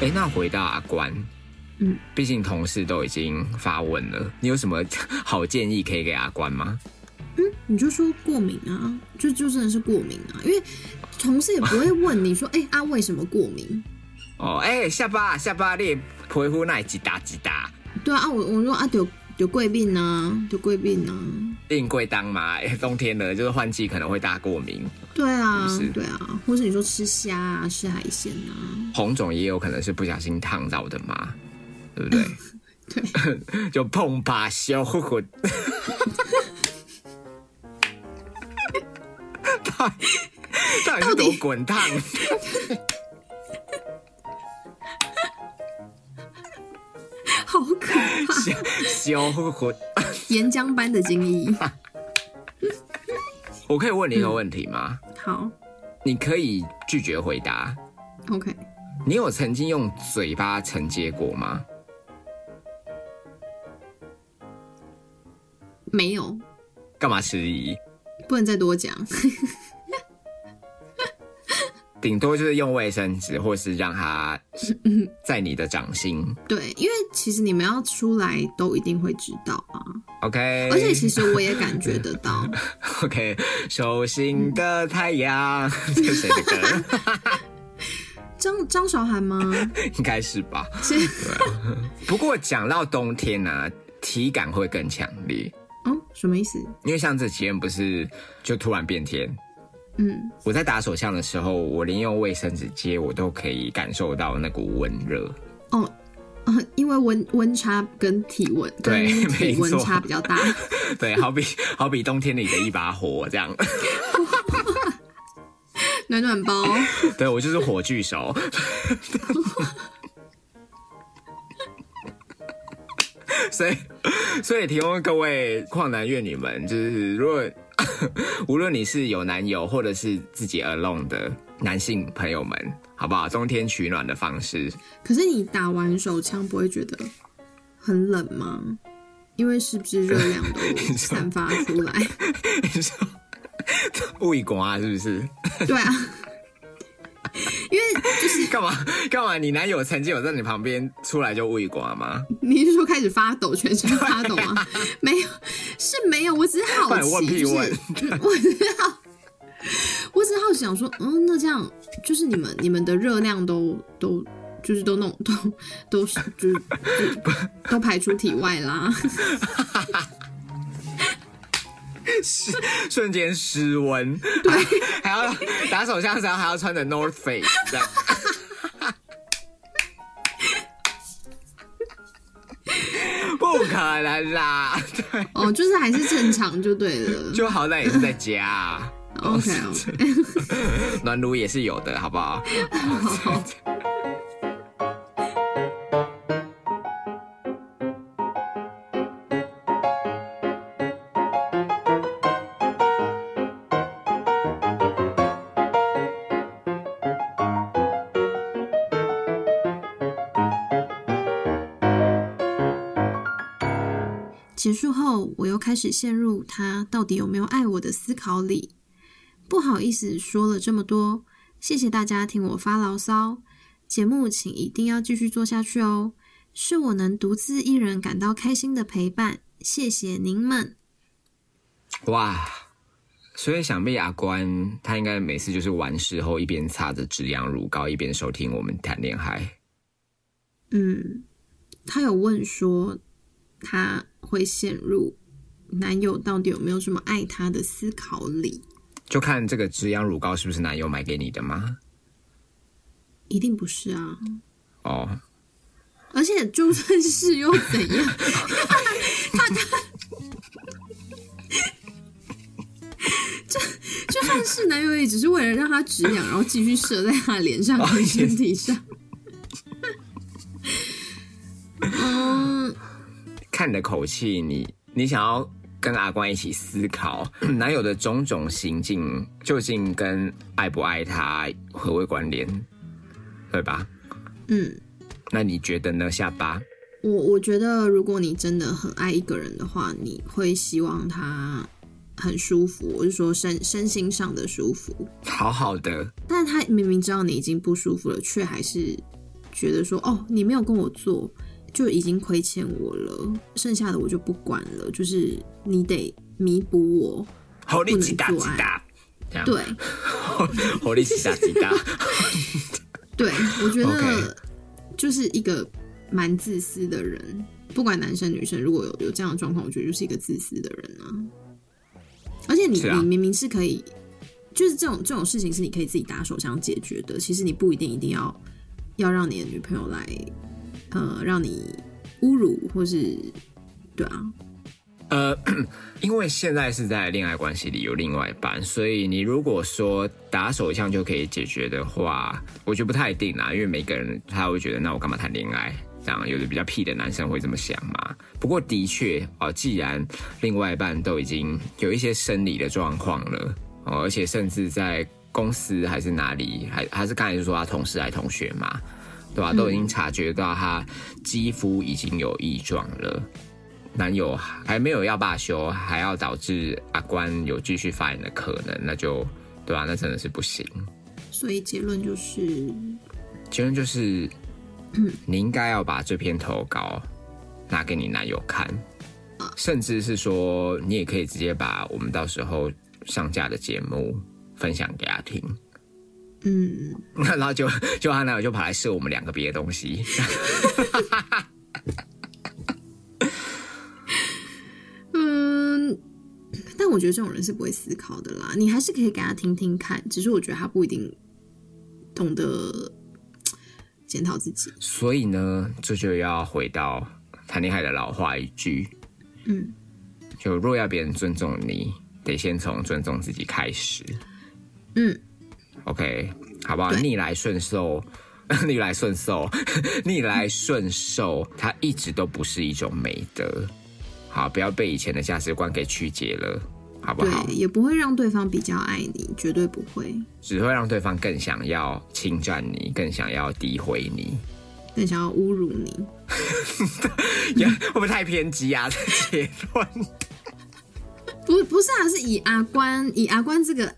哎，那回到阿关，
嗯，
毕竟同事都已经发问了，你有什么 <laughs> 好建议可以给阿关吗？
你就说过敏啊，就就真的是过敏啊，因为同事也不会问你说， <laughs> 哎、啊为什么过敏？
哦，哎，下巴下巴你的皮肤那几大几大。
对啊，啊我我说啊有有贵病啊，有贵病啊。
定贵当嘛，冬天了就是换季可能会大过敏，
对啊
是不是，
对啊，或是你说吃虾啊、吃海鲜啊，
红肿也有可能是不小心烫到的嘛，对不对？
对，
<laughs> 就碰吧，小混混。 <laughs> 到底到底是多滚烫？
好可怕，
小混混，
岩浆般的精益。
我可以问你一个问题吗？
好
你可以拒绝回答。
，OK，
你有曾经用嘴巴承接过吗？
没有，
干嘛迟疑？
不能再多讲。 <laughs>
顶多就是用卫生纸，或是让它
嗯
在你的掌心。
对，因为其实你们要出来都一定会知道啊，
OK，
而且其实我也感觉得到，
<laughs> OK，手心的太阳，
嗯
这是谁的歌？
张张韶涵吗？ <laughs>
应该是吧。
是
不过讲到冬天呢、啊，体感会更强烈，
哦，什么意思？
因为像这几天不是就突然变天。
嗯，
我在打手枪的时候，我连用卫生纸接，我都可以感受到那股温热。
哦，啊，因为温温差跟体温跟
对
体温
没错
差比较大，
对，好比 <laughs> 好比冬天里的一把火这样。
暖暖包。
对我就是火炬手。 <laughs> 所以，所以提供各位旷男怨女们，就是如果 <laughs> 无论你是有男友或者是自己 alone 的男性朋友们，好不好？冬天取暖的方式，
可是你打完手枪不会觉得很冷吗？因为是不是热量
<laughs>
都散发出来？ <laughs>
你说物以广啊，是不是？ <laughs>
对啊，因为
干嘛干嘛？你男友曾经有在你旁边出来就物以广吗？
你是说开始发抖，全身发抖吗？没有，是没有，我只是好
不啊然问
奇，
屁
就是 <laughs>
问
我只是好，我只是好奇想说，嗯，那这样就是你们你们的热量都都就是都弄都都是就是 <laughs> 就都排出体外啦，
瞬间失温，对， <laughs> 还要打手枪的时候还要穿着 North Face，这样 <laughs> 不可能啦， <laughs> 对，
哦，就是还是正常就对
<laughs>
了。
就好歹也是在家、啊。
OK，
暖炉也是有的，好不好？
好，结束后，我又开始陷入他到底有没有爱我的思考里。不好意思说了这么多，谢谢大家听我发牢骚。节目请一定要继续做下去哦，是我能独自一人感到开心的陪伴，谢谢您们。
哇，所以想必阿关他应该每次就是完事后一边擦着止痒乳膏，一边收听我们谈恋爱。
嗯，他有问说他会陷入男友到底有没有什么爱他的思考里，
就看这个止痒乳膏是不是男友买给你的吗？
一定不是啊。
哦，
而且就算是又怎样？他他。就就算是男友，也只是为了让他止痒，然后继续射在他的脸上和身体上。嗯，
看你的口气，你你想要跟阿关一起思考 <clears throat> 男友的种种行径究竟跟爱不爱他何为关联，对吧？
嗯，
那你觉得呢，下巴？
我我觉得，如果你真的很爱一个人的话，你会希望他很舒服，我是说身身心上的舒服。
好好的，
但他明明知道你已经不舒服了，却还是觉得说：“哦，你没有跟我做，就已经亏欠我了，剩下的我就不管了，就是你得弥补我。
好力气大
不能
几
做爱
大，这样”
对，
好力气大几大，
对，我觉
OK
得就是一个蛮自私的人，不管男生女生，如果有有这样的状况，我觉得就是一个自私的人啊。而且你、
是啊
你明明是可以，就是这种这种事情是你可以自己打手枪解决的，其实你不一定一定要要让你的女朋友来，呃，让你侮辱或是对啊，
呃，因为现在是在恋爱关系里有另外一半，所以你如果说打手枪就可以解决的话，我觉得不太一定啦，因为每个人他会觉得，那我干嘛谈恋爱？这样有的比较屁的男生会这么想嘛。不过的确哦，既然另外一半都已经有一些生理的状况了，哦，而且甚至在公司还是哪里，还还是刚才就说他同事还同学嘛，对吧、都已经察觉到他肌肤已经有异状了。男友还没有要罢休，还要导致阿关有继续发言的可能，那就对啊吧、那真的是不行。
所以结论就是，
结论就是，你应该要把这篇投稿拿给你男友看，甚至是说，你也可以直接把我们到时候上架的节目分享给他听。 <laughs>
嗯，
那然后就就他男友就跑来射我们两个别的东西，
嗯，但我觉得这种人是不会思考的啦。你还是可以给他听听看，只是我觉得他不一定懂得检讨自己。
所以呢，这就要回到谈恋爱的老话一句，
嗯，
就若要别人尊重你，得先从尊重自己开始。
嗯
，OK，好不好？
对
逆来顺受， <laughs> 逆来顺受， <laughs> 逆来顺受，它一直都不是一种美德。好，不要被以前的价值观给曲解了，好不好
对，？也不会让对方比较爱你，绝对不会，
只会让对方更想要侵占你，更想要诋毁你。 <laughs>
更想要侮辱你。
呀会不会太偏激啊？这结论
不，不是啊，是以阿关以阿关这个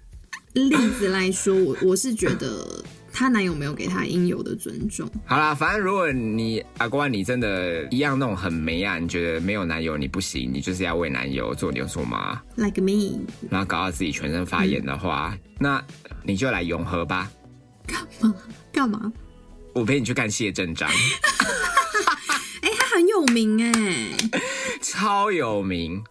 例子来说，我我是觉得她男友没有给她应有的尊重。
好啦，反正如果你阿关你真的一样那种很没啊，你觉得没有男友你不行，你就是要为男友做牛做马，
Like me，
然后搞到自己全身发炎的话，那你就来永和吧，
干嘛？
我陪你去看谢正章，
哎、他很有名哎、
超有名。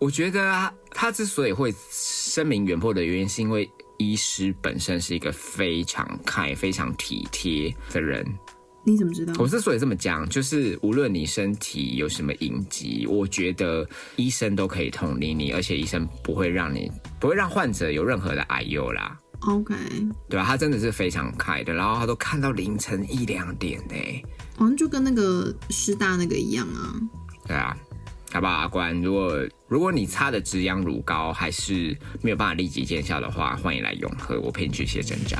我觉得啊，他之所以会声名远播的原因，是因为医师本身是一个非常开、非常体贴的人。
你怎么知道？
我之所以这么讲，就是无论你身体有什么隐疾，我觉得医生都可以同理你，而且医生不会让你不会让患者有任何的矮忧啦。
OK，
对啊，他真的是非常开的，然后他都看到凌晨一两点呢、
好像就跟那个师大那个一样啊。
对啊，好不好？阿关，如果如果你擦的止痒乳膏还是没有办法立即见效的话，欢迎来永和，我陪你去写真章。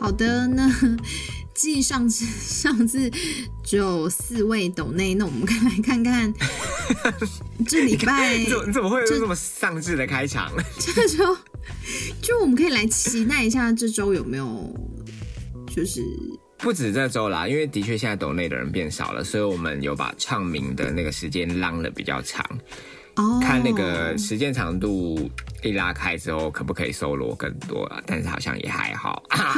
好的，那 <laughs> 继上次上次只有四位斗内，那我们来看
<laughs>
看这礼拜
你怎么你怎么会有这么丧志的开场？
<laughs> 这周，就我们可以来期待一下这周有没有，就是
不止这周啦，因为的确现在抖内的人变少了，所以我们有把唱名的那个时间拉的比较长，
哦，
看那个时间长度一拉开之后，可不可以搜罗更多啊？但是好像也还好，
啊，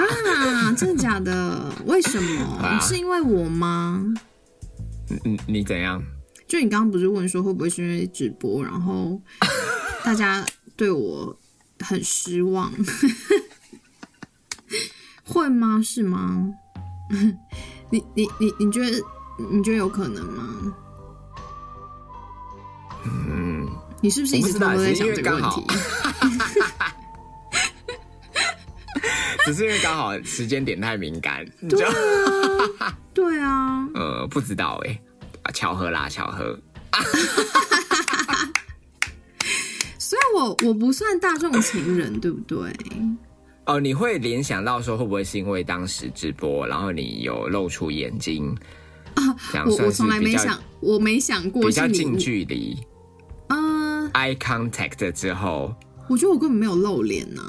真的假的？为什么？
<laughs> 啊
是因为我吗？
<laughs> 你你怎样？ <laughs>
就你刚刚不是问说会不会是因为直播，然
<laughs>
后大家对我很失望， <laughs> 会吗？是吗？ <laughs> 你你你你觉得你觉得有可能吗？
嗯，
你是不是一直偷偷在想这个问
我不
题
知道？只是因为刚好时间点太敏感，你就
<laughs> 啊对啊，
<laughs> 呃不知道哎、啊巧合啦，巧合。 <laughs>
所以我我不算大众情人，对不对？
哦，你会联想到说会不会是因为当时直播，然后你有露出眼睛？
啊
这样
我
算
我
是
从来
比
没
较
想，我没想过
比
是
较
你
近距离
啊、
eye contact 之后，
我觉得我根本没有露脸呢、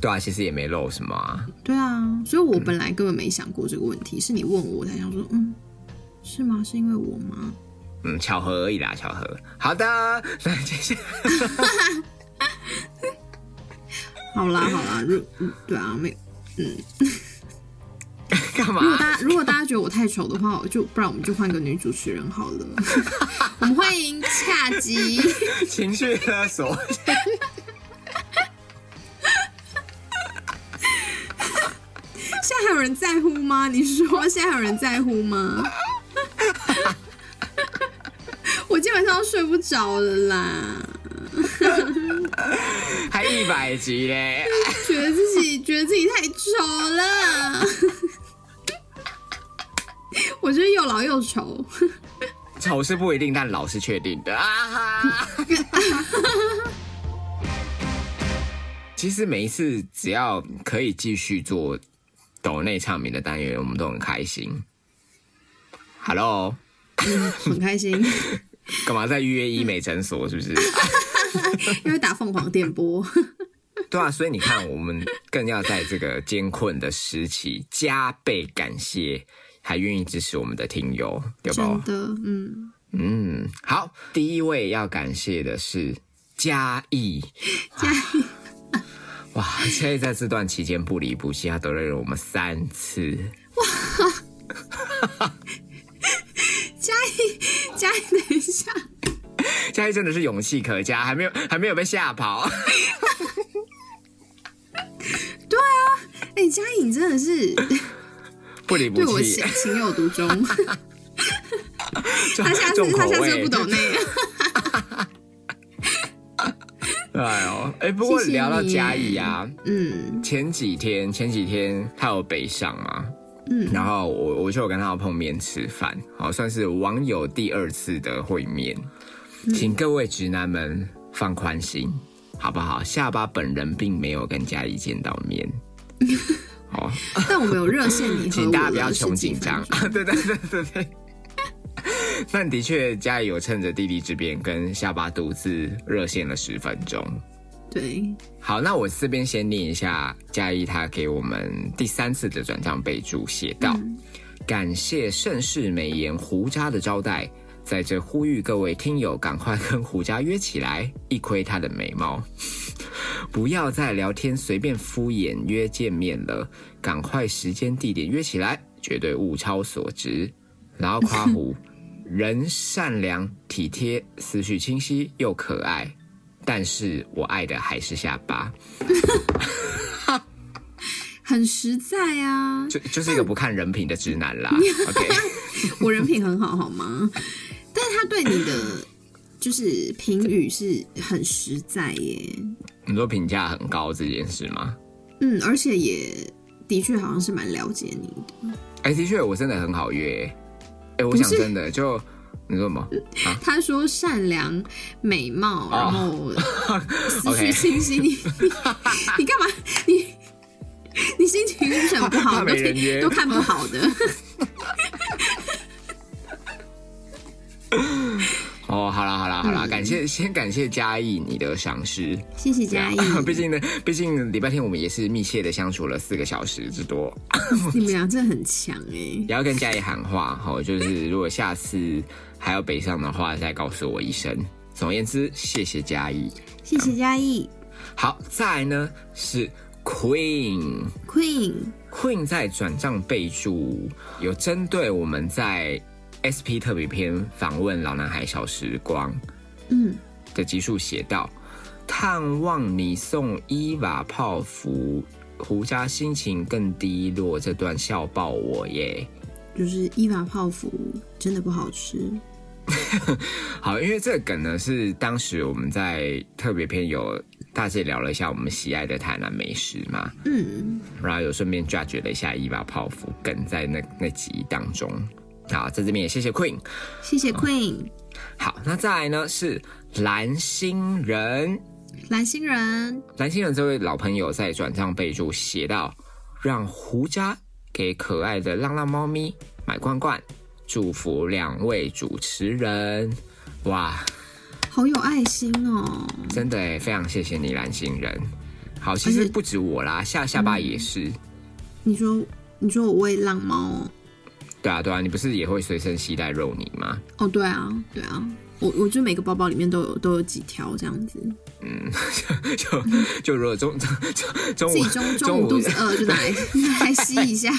对啊，其实也没露什么啊。
对啊，所以我本来根本没想过这个问题，是你问我，我才想说，嗯，是吗？是因为我吗？
嗯，巧合而已啦，巧合。好的， <laughs> 那接下来
好啦好啦，如嗯对啊，没
干嘛
如？果 <laughs> 大家如果大家觉得我太丑的话，我就不然我们就换个女主持人好了。我们欢迎恰吉， <laughs>
情绪勒索。 <laughs>
现在还有人在乎吗？你说现在还有人在乎吗？我基本上都睡不着了啦，
还一百集嘞！
觉得自己觉得自己太丑了， <laughs> 我觉得又老又丑。
丑是不一定，但老是确定的啊哈。 <laughs> 其实每一次只要可以继续做抖内唱名的单元，我们都很开心。Hello，嗯
很开心，
干嘛在预约医美诊所？是不是？
因为打凤凰电波，
<laughs> 对啊，所以你看，我们更要在这个艰困的时期加倍感谢还愿意支持我们的听友，对不？
真的，嗯，
嗯，好，第一位要感谢的是嘉义，
<laughs> 嘉
义， <laughs> 哇，嘉义在这段期间不离不弃，他得罪了我们三次，
嘉义，嘉义，等一下，
嘉义真的是勇气可嘉，还没有还没有被吓跑，
哎、嘉义，你真的是
不离不
对我
弃
情，情有独
<laughs>
钟。
重
他下次
重
他
口
下次
味
就不懂那个，
哎呦，哎，不过
谢谢
聊到
你
嘉义啊， <laughs>
嗯
前几天前几天他有北上嘛，
嗯，
然后我我就有跟他碰面吃饭，好算是网友第二次的会面，
嗯
请各位直男们放宽心，好不好？下巴本人并没有跟嘉怡见到面，
哦
好，
但我们有热线你和
请
我
大家
了，
不要
是
穷
几
紧
分
张 <laughs>
钟，
对对对对对。但的确，嘉怡有趁着弟弟之便跟下巴独自热线了十分钟。
对，
好，那我这边先念一下嘉义他给我们第三次的转账备注，写道：感谢盛世美颜胡渣的招待，在这呼吁各位听友赶快跟胡渣约起来， <laughs> 一窥他的美貌， <laughs> 不要再聊天随便敷衍约见面了，赶快时间地点约起来，绝对物超所值。然后夸胡人善良体贴，思绪清晰又可爱，但是我爱的还是下巴，
很实在啊，
就就是一个不看人品的直男
<laughs>
啦。OK，
我人品很好好吗？但他对你的就是评语是很实在耶，
你说评价很高这件事吗？
嗯，而且也的确好像是蛮了解你的，
哎、的确，我真的很好约、哎、我想真的就你说什么？
他说善良、美貌，然后思
啊
绪
OK <laughs>
清晰。你你你干嘛？你你心情是不是很不好？
怕 <laughs> 没
都
人约
听都看不好的。
哦，好啦好啦好
嗯
啦，感谢先感谢嘉义你的赏识，
谢谢
<laughs>
嘉义，
毕竟呢，毕竟礼拜天我们也是密切的相处了四个小时之多，
你们俩真的很强哎、
也要跟嘉义喊话，好、就是如果下次还要北上的话，再告诉我一声。总而言之，谢谢嘉义。
谢谢嘉义
好，再来呢是 Queen。
Queen，
Queen 在转账备注有针对我们在 SP 特别篇访问老男孩小时光
嗯，
的集数写道：“探望你送伊娃泡芙，胡渣心情更低落，这段笑爆我耶！”
就是伊娃泡芙真的不好吃，
好，因为这个梗呢是当时我们在特别篇有大致聊了一下我们喜爱的台南美食嘛，
嗯，
然后有顺便 judge 了一下伊娃泡芙梗在那那集当中。好，在这边也谢谢 Queen。
嗯谢谢 Queen，
好，那再来呢是蓝星人，
蓝星人，
蓝星人这位老朋友在转账备注写道：“让胡渣给可爱的浪浪猫咪买罐罐，祝福两位主持人。”哇，
好有爱心哦！
真的哎，非常谢谢你，蓝星人。好，其
而且
实不止我啦，下下巴也是。
你说，你说我喂浪猫哦？
对啊，对啊，你不是也会随身携带肉泥吗？
哦，对啊，对啊，我我就每个包包里面都有都有几条这样子，
<laughs> 就就如果中 <laughs> 中中中
自己
午
中
中
中午肚子饿就拿 <laughs> 来拿来吸一下，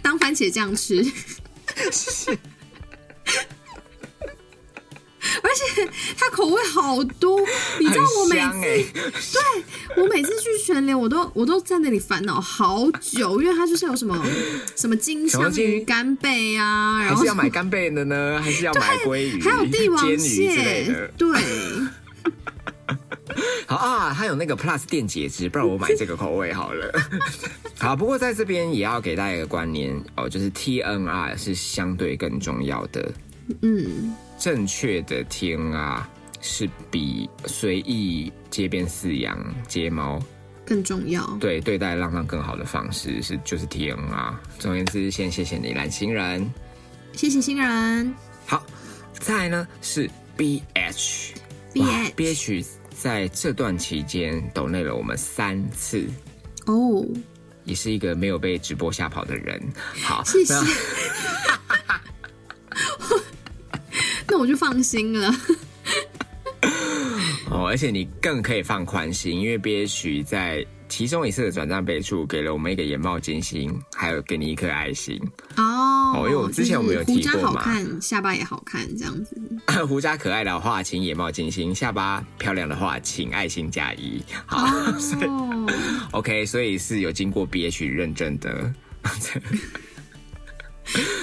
当番茄酱吃。而且它口味好多，你知道我每
很香
次
哎，
我每次去全联，我都我都在那里烦恼好久，因为它就是有什么什么金
什么
枪
金
鱼干贝啊，然
还
后
是要买干贝的呢，还是要买鲑鱼、
还有帝王
煎鱼之类
蟹
的，。
对，
好啊，它有那个 Plus 电解质，不然我买这个口味好了。 <laughs> 好，不过在这边也要给大家一个观念哦，就是 TNR 是相对更重要的，
嗯，
正确的 TNR 是比随意街边饲养街猫
更重要。
对对待浪浪更好的方式是就是 TNR。总而言之，先谢谢你蓝星人。
谢谢新人
好，再来呢是 BH。
B
哇
H
，BH 在这段期间抖内了我们三次，
哦，
也是一个没有被直播吓跑的人。好，
谢谢
那。
<laughs> 那我就放心了。
哦，而且你更可以放宽心，因为 BH 在其中一次的转账备注给了我们一个眼冒金星，还有给你一颗爱心。 <coughs>
哦，
哦因为我之前
就
我
是
们有
胡
提
渣
过
好
嘛
看，下巴也好看，这样
<laughs>
子。
胡渣可爱的话，请眼冒金星；下巴漂亮的话，请爱心加一。好、
哦，
o k 所以是有经过 BH 认证的。 <laughs>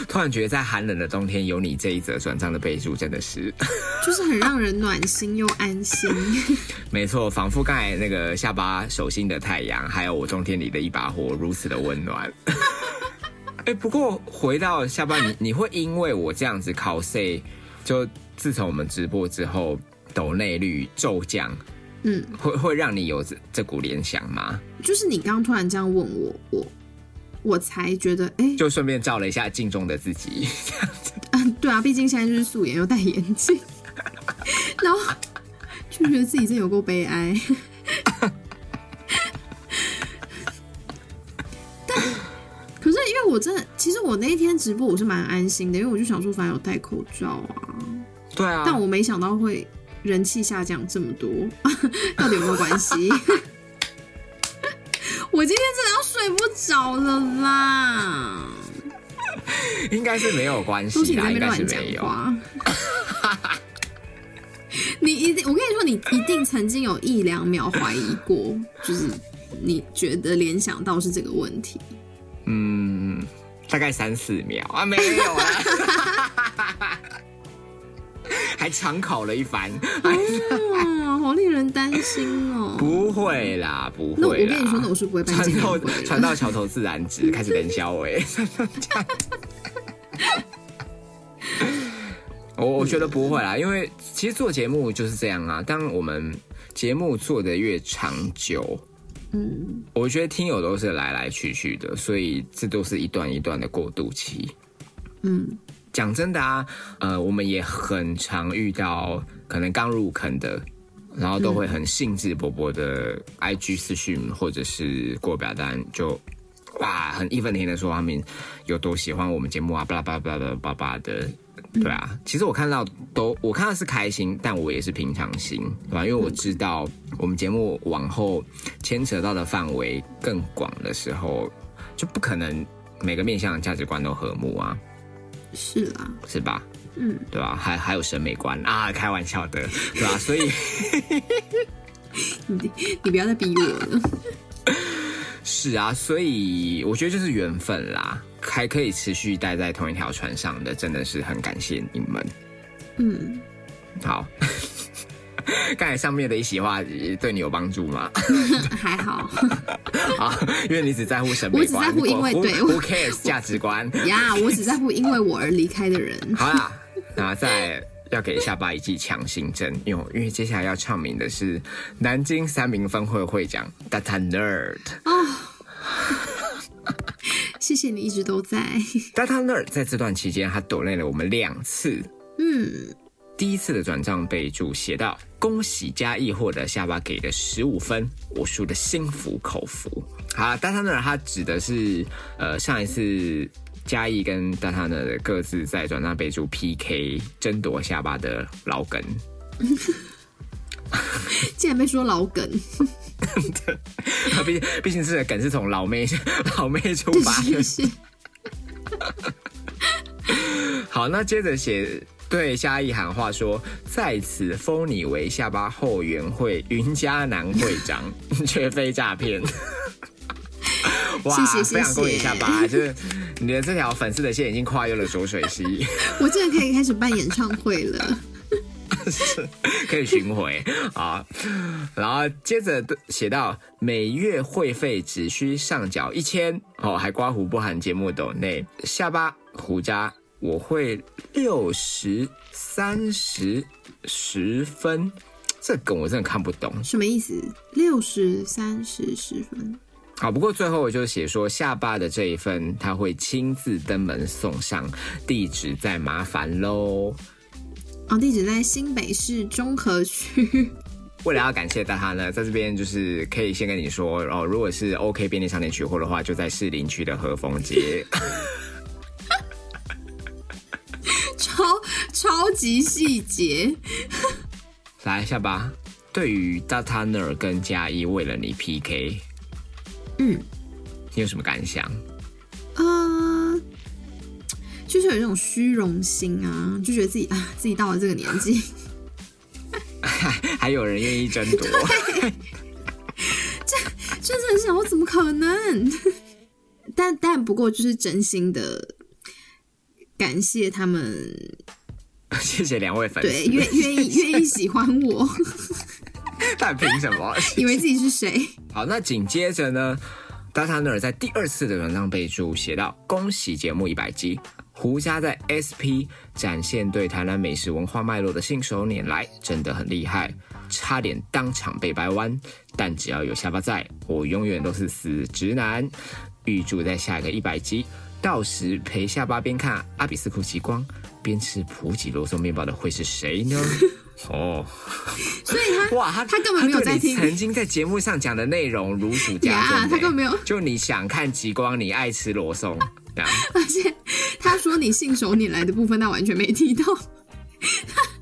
突然觉得在寒冷的冬天有你这一则转账的备注，真的是。
就是很让人暖心又安心。
没错，仿佛刚才那个下巴手心的太阳，还有我中天里的一把火，如此的温暖。 <laughs> 哎、不过回到下巴，你你会因为我这样子 cos，就自从我们直播之后，抖内率骤降，
嗯，
会会让你有这这股联想吗？
就是你刚刚突然这样问我，我我才觉得，哎、
就顺便照了一下镜中的自己，
嗯，对啊，毕竟现在就是素颜又戴眼镜， <laughs> 然后就觉得自己真有够悲哀。但可是因为我真的，其实我那一天直播我是蛮安心的，因为我就想说，反正有戴口罩啊。
对啊，
但我没想到会人气下降这么多， <laughs> 到底有没有关系？ <laughs> 我今天真的要睡不着了啦！
应该是没有关
都是
系
你
啦，
在那
应
边
该是
乱讲
没有。
话。 <laughs> 你一定，我跟你说，你一定曾经有一两秒怀疑过，就是你觉得联想到是这个问题。
嗯，大概三四秒
<laughs>
啊， <laughs> 没有啦，还长考了一番，哎
哦，好令人担心哦。
不会啦，不
那我
会
跟
啦。
你说，那我是不会搬
传
进来
到
鬼的。
传到桥头自然直，开始欸冷消尾。 <laughs> 我我觉得不会啦，因为其实做节目就是这样啊。当我们节目做的越长久，
嗯，
我觉得听友都是来来去去的，所以这都是一段一段的过渡期。
嗯，
讲真的啊，呃，我们也很常遇到可能刚入坑的，然后都会很兴致勃勃的 IG 私讯或者是过表单，就哇很义愤填膺的说他们有多喜欢我们节目啊，巴拉巴拉巴拉巴拉巴拉的。对啊，其实我看到都，我看到是开心，但我也是平常心，对吧、因为我知道我们节目往后牵扯到的范围更广的时候，就不可能每个面向的价值观都和睦啊。
是啦，
是吧？
嗯，
对吧、还还有审美观啊，开玩笑的，对吧、所以，
你你不要再逼我了。 <laughs>
是啊，所以我觉得就是缘分啦，还可以持续待在同一条船上的，真的是很感谢你们。
嗯，
好， <laughs> 刚才上面的一席话呃对你有帮助吗？ <laughs>
还好
啊，因为你只在乎审
我
美
只
观，
在乎因为
who- <laughs>
对
who cares 价值观。
呀我只在乎因为我而离开的人。
好啦，那再来要给下巴一剂强心针，因为因为接下来要唱名的是南京三民分会会长 Data Nerd。
哦，谢谢你一直都在。 <laughs>
Data Nerd 在这段期间，他抖内了我们两次。
嗯，
第一次的转账备注写到：“恭喜嘉义获得下巴给的十五分，我输的心服口服。”好啦，Data Nerd 他指的是呃上一次嘉义跟 Data Nerd 各自在转账备注 PK 争夺下巴的老梗。 <laughs>
竟然被说老梗，
啊毕竟毕竟这个梗是从老妹 <laughs> 老妹出发
<laughs>
的
是是是，
<laughs> 好，那接着写对嘉义喊话说，在此封你为下巴后援会云嘉南会长， <laughs> 绝非诈
<laughs>
骗。哇，
谢谢谢
非常恭喜
谢
下巴，就是你的这条粉丝的线已经跨越了浊水溪，
我竟然可以开始办演唱会了。
<laughs> 可以巡回啊。然后接着写到每月会费只需上缴一千哦，还刮胡不含节目抖内下巴胡渣，我会六十三十十分。这梗我真的看不懂
什么意思？六十三十十分，
好，不过最后我就写说下巴的这一份他会亲自登门送上，地址再麻烦喽。
哦，地址在新北市中和区。 <laughs>
为了要感谢大家呢，在这边就是可以先跟你说，哦，如果是 OK 便利商店取货的话，就在士林区的和风
<laughs>
街。
超超级细节，
来，下巴，对于 Data Ner 跟嘉一为了你 PK，
嗯，
你有什么感想？
呃，就是有一种虚荣心啊，就觉得自己啊，自己到了这个年纪，
还有人愿意争
<laughs>
夺？ <laughs>
真的很想，我怎么可能？ <laughs> 但但不过就是真心的感谢他们，
谢谢两位粉 <laughs>
对，
丝，
愿愿意愿意喜欢
<laughs>
我，
但凭什么？
以为自己是谁？ <laughs>
好，那紧接着呢，达塔诺尔在第二次的文章备注写到：“恭喜节目一百集，胡家在 SP 展现对台南美食文化脉络的信手拈来，真的很厉害，差点当场被掰弯。但只要有下巴在，我永远都是死直男。预祝在下一个一百集，到时陪下巴边看阿比斯库极光，边吃普吉罗松面包的会是谁呢？”哦，
所以他
哇，他
他根本没有
对
在
你
听
曾经在节目上讲的内容如数家珍、
呀
欸，
他根本没有
就你想看极光，你爱吃罗宋，这样
而且他说你信手拈来的部分，他完全没提到，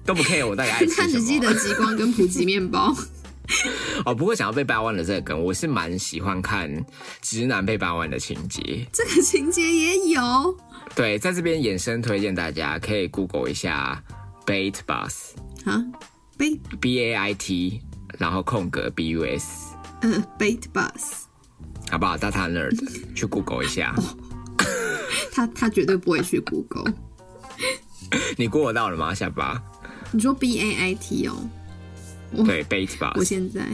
都不 care 我到底爱吃哎什
<laughs> 他
么。
只记得极光跟普吉面包。 <laughs>
哦，不过想要被掰弯的这个梗，我是蛮喜欢看直男被掰弯的情节。
这个情节也有。
对，在这边衍生推荐大家可以 Google 一下 bait bus
啊，bait
b a i t，然后空格 b u s，
呃 bait bus，
好不好？大塔 nerd 去 Google 一下，
哦他他绝对不会去 Google。
你 Google 到了吗？下巴？
你说 b a i t 哦，
对 bait
我
bus，
现在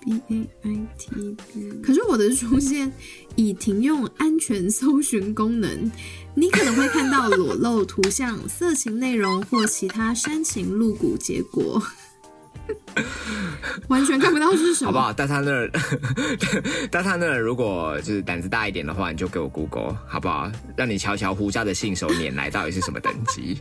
b a i t，可是我的出现已停用安全搜寻功能，你可能会看到裸露图像、色情内容或其他煽情露骨结果。完全看不到是什
好不
么，
好？大他那儿， <laughs> 大他那儿，如果就是胆子大一点的话，你就给我 Google 好不好？让你瞧瞧胡家的信手拈来到底是什么等级。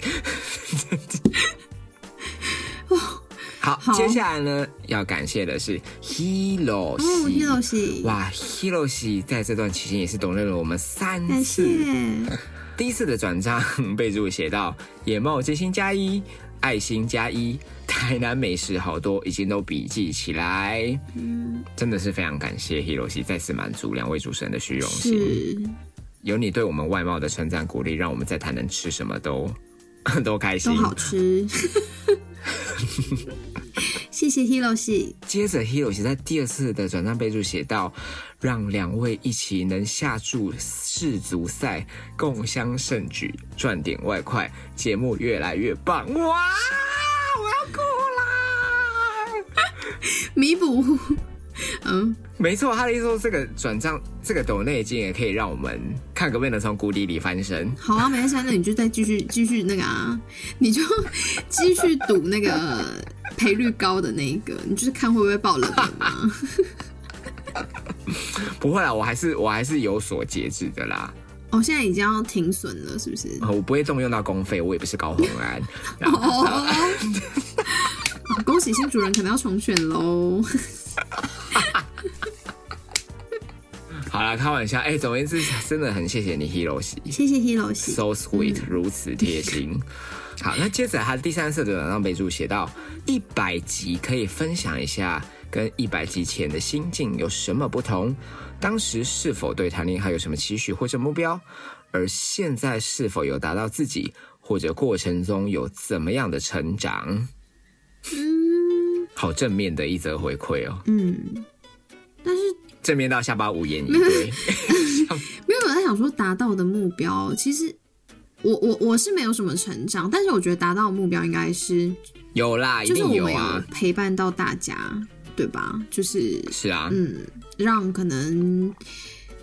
好，
哦好
接下来呢，要感谢的是 Hero
哦，
喜
叶老师，
哇，Hero 喜在这段期间也是懂累了我们三
感
次。
谢。
第一次的转账备注写到：眼冒真心加一，爱心加一，台南美食好多，已经都笔记起来。
嗯，
真的是非常感谢 Hiroshi 再次满足两位主持人的虚荣心，
是
有你对我们外貌的称赞鼓励，让我们在台南吃什么都 <laughs> 都开心
都。好吃。 <laughs> 谢谢 Hiroshi，
接着 Hiroshi 在第二次的转账备注写到，让两位一起能下注世足赛，共襄盛举，赚点外快，节目越来越棒！哇，我要哭啦！
弥补嗯，
没错，他的意思说这个转账，这个抖内金也可以让我们看可不可以能从谷底里翻身。
好啊，没关系，那你就再继续继续那个啊，你就继续赌那个赔率高的那一个，你就是看会不会爆冷门嘛。
不会啦，我还是我还是有所节制的啦。
哦，现在已经要停损了，是不是？
呃我不会动用到公费，我也不是高红安。然后
哦，恭喜新主人可能要重选喽。
好啦，开玩笑。哎、总而言之，真的很谢谢你，Hero 西
谢谢 Hero 喜，
，so sweet，如
嗯
此贴
<laughs>
心。好，那接着他第三次的转账备注写到一百集可以分享一下跟一百集前的心境有什么不同，当时是否对谈恋爱有什么期许或者目标，而现在是否有达到自己，或者过程中有怎么样的成长？
嗯
好正面的一则回馈哦，
嗯，但是
正面到下巴无言以
<laughs>
对。
没有我在想说达到的目标，其实我我我是没有什么成长，但是我觉得达到的目标应该是，
有啦，一
就是
定
我
有
们有
啊，
陪伴到大家，对吧？就是
是啊，
嗯，让可能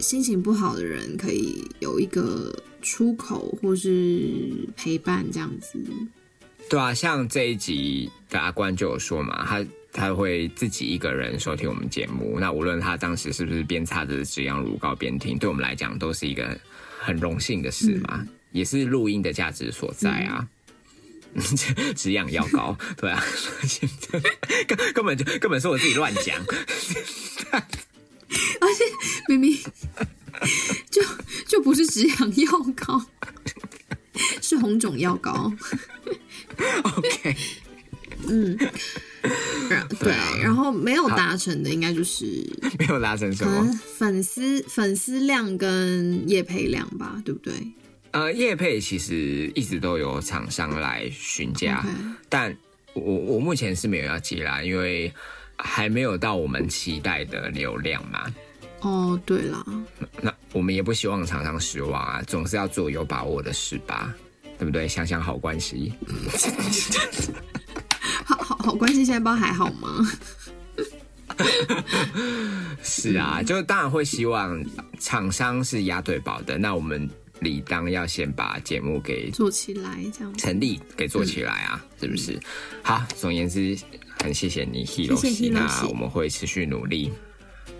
心情不好的人可以有一个出口或是陪伴这样子。
对啊，像这一集的阿关就有说嘛，他他会自己一个人收听我们节目。那无论他当时是不是边擦着止痒乳膏边听，对我们来讲都是一个很荣幸的事嘛，也是录音的价值所在啊。 <laughs> 止痒药膏，对啊， <laughs> 根根本就根本是我自己乱讲，<laughs>
明明就就不是止痒药膏，是红肿药膏。
OK
嗯，然对
对啊，
然后没有达成的应该就是
没有拉成什
可
么
能。粉丝粉丝量跟业配量吧，对不对
呃，叶配其实一直都有厂商来询价
OK
但我我目前是没有要接啦，因为还没有到我们期待的流量嘛。
哦，对啦，
那我们也不希望厂商失望啊，总是要做有把握的事吧，对不对？想想好关系，
好好好，关系现在不知道还好吗？
是啊，就当然会希望厂商是押对宝的，那我们理当要先把节目给
做起来这样，
成立给做起来啊，
嗯
是不是？好，总而言之，很谢谢你
谢
Hiro
谢
西，那
Hiroshi
我们会持续努力。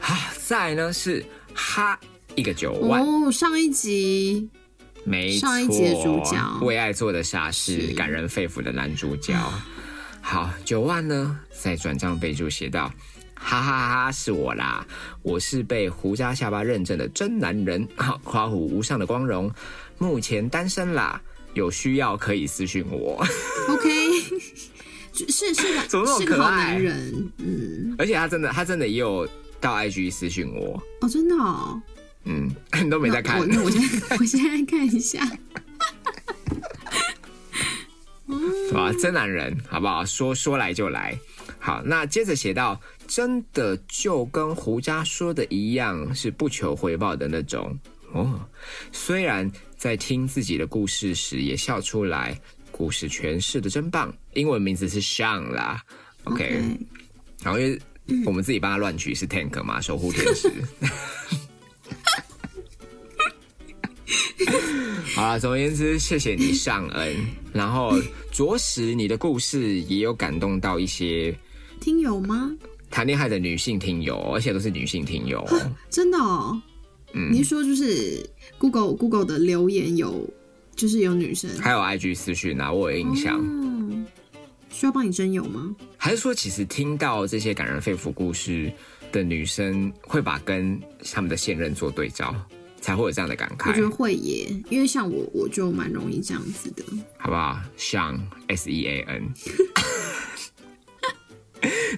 啊，再来呢是哈一个九万，
哦，上一集
没错，
上一集的主角
为爱做的傻事
是，
感人肺腑的男主角。好，九万呢，在转账备注写到。哈哈哈是我啦！我是被胡渣下巴认证的真男人， <laughs> 好夸虎无上的光荣，目前单身啦，有需要可以私讯我。 <laughs>
OK，是是个
怎么那么
是个
可
好
爱
男人，嗯，
而且他真的，他真的也有到 IG 私讯我，
哦，真的哦，
嗯， <laughs> 你都没在看
我，那我现
<laughs>
在我现在看一下，
<laughs> 是吧？真男人，好不好？说说来就来。好，那接着写到，真的就跟胡渣说的一样，是不求回报的那种哦。虽然在听自己的故事时也笑出来，故事诠释的真棒。英文名字是 Sean 啦 OK，
对，
然后因为我们自己帮他乱取是 Tank 嘛，守护天使。 <laughs> 好了，总而言之，谢谢你上恩。然后，着实你的故事也有感动到一些
<laughs> 听友吗？
谈恋爱的女性听友，而且都是女性听友。
真的哦，
嗯
你是说就是 Google Google 的留言有就是有女生，
还有 IG 私讯啊，我有印象。
哦，需要帮你征友吗？
还是说，其实听到这些感人肺腑故事的女生，会把跟他们的现任做对照，才会有这样的感
我觉得
慨，
会耶，因为像我我就蛮容易这样子的，
好不好？像 S E A N，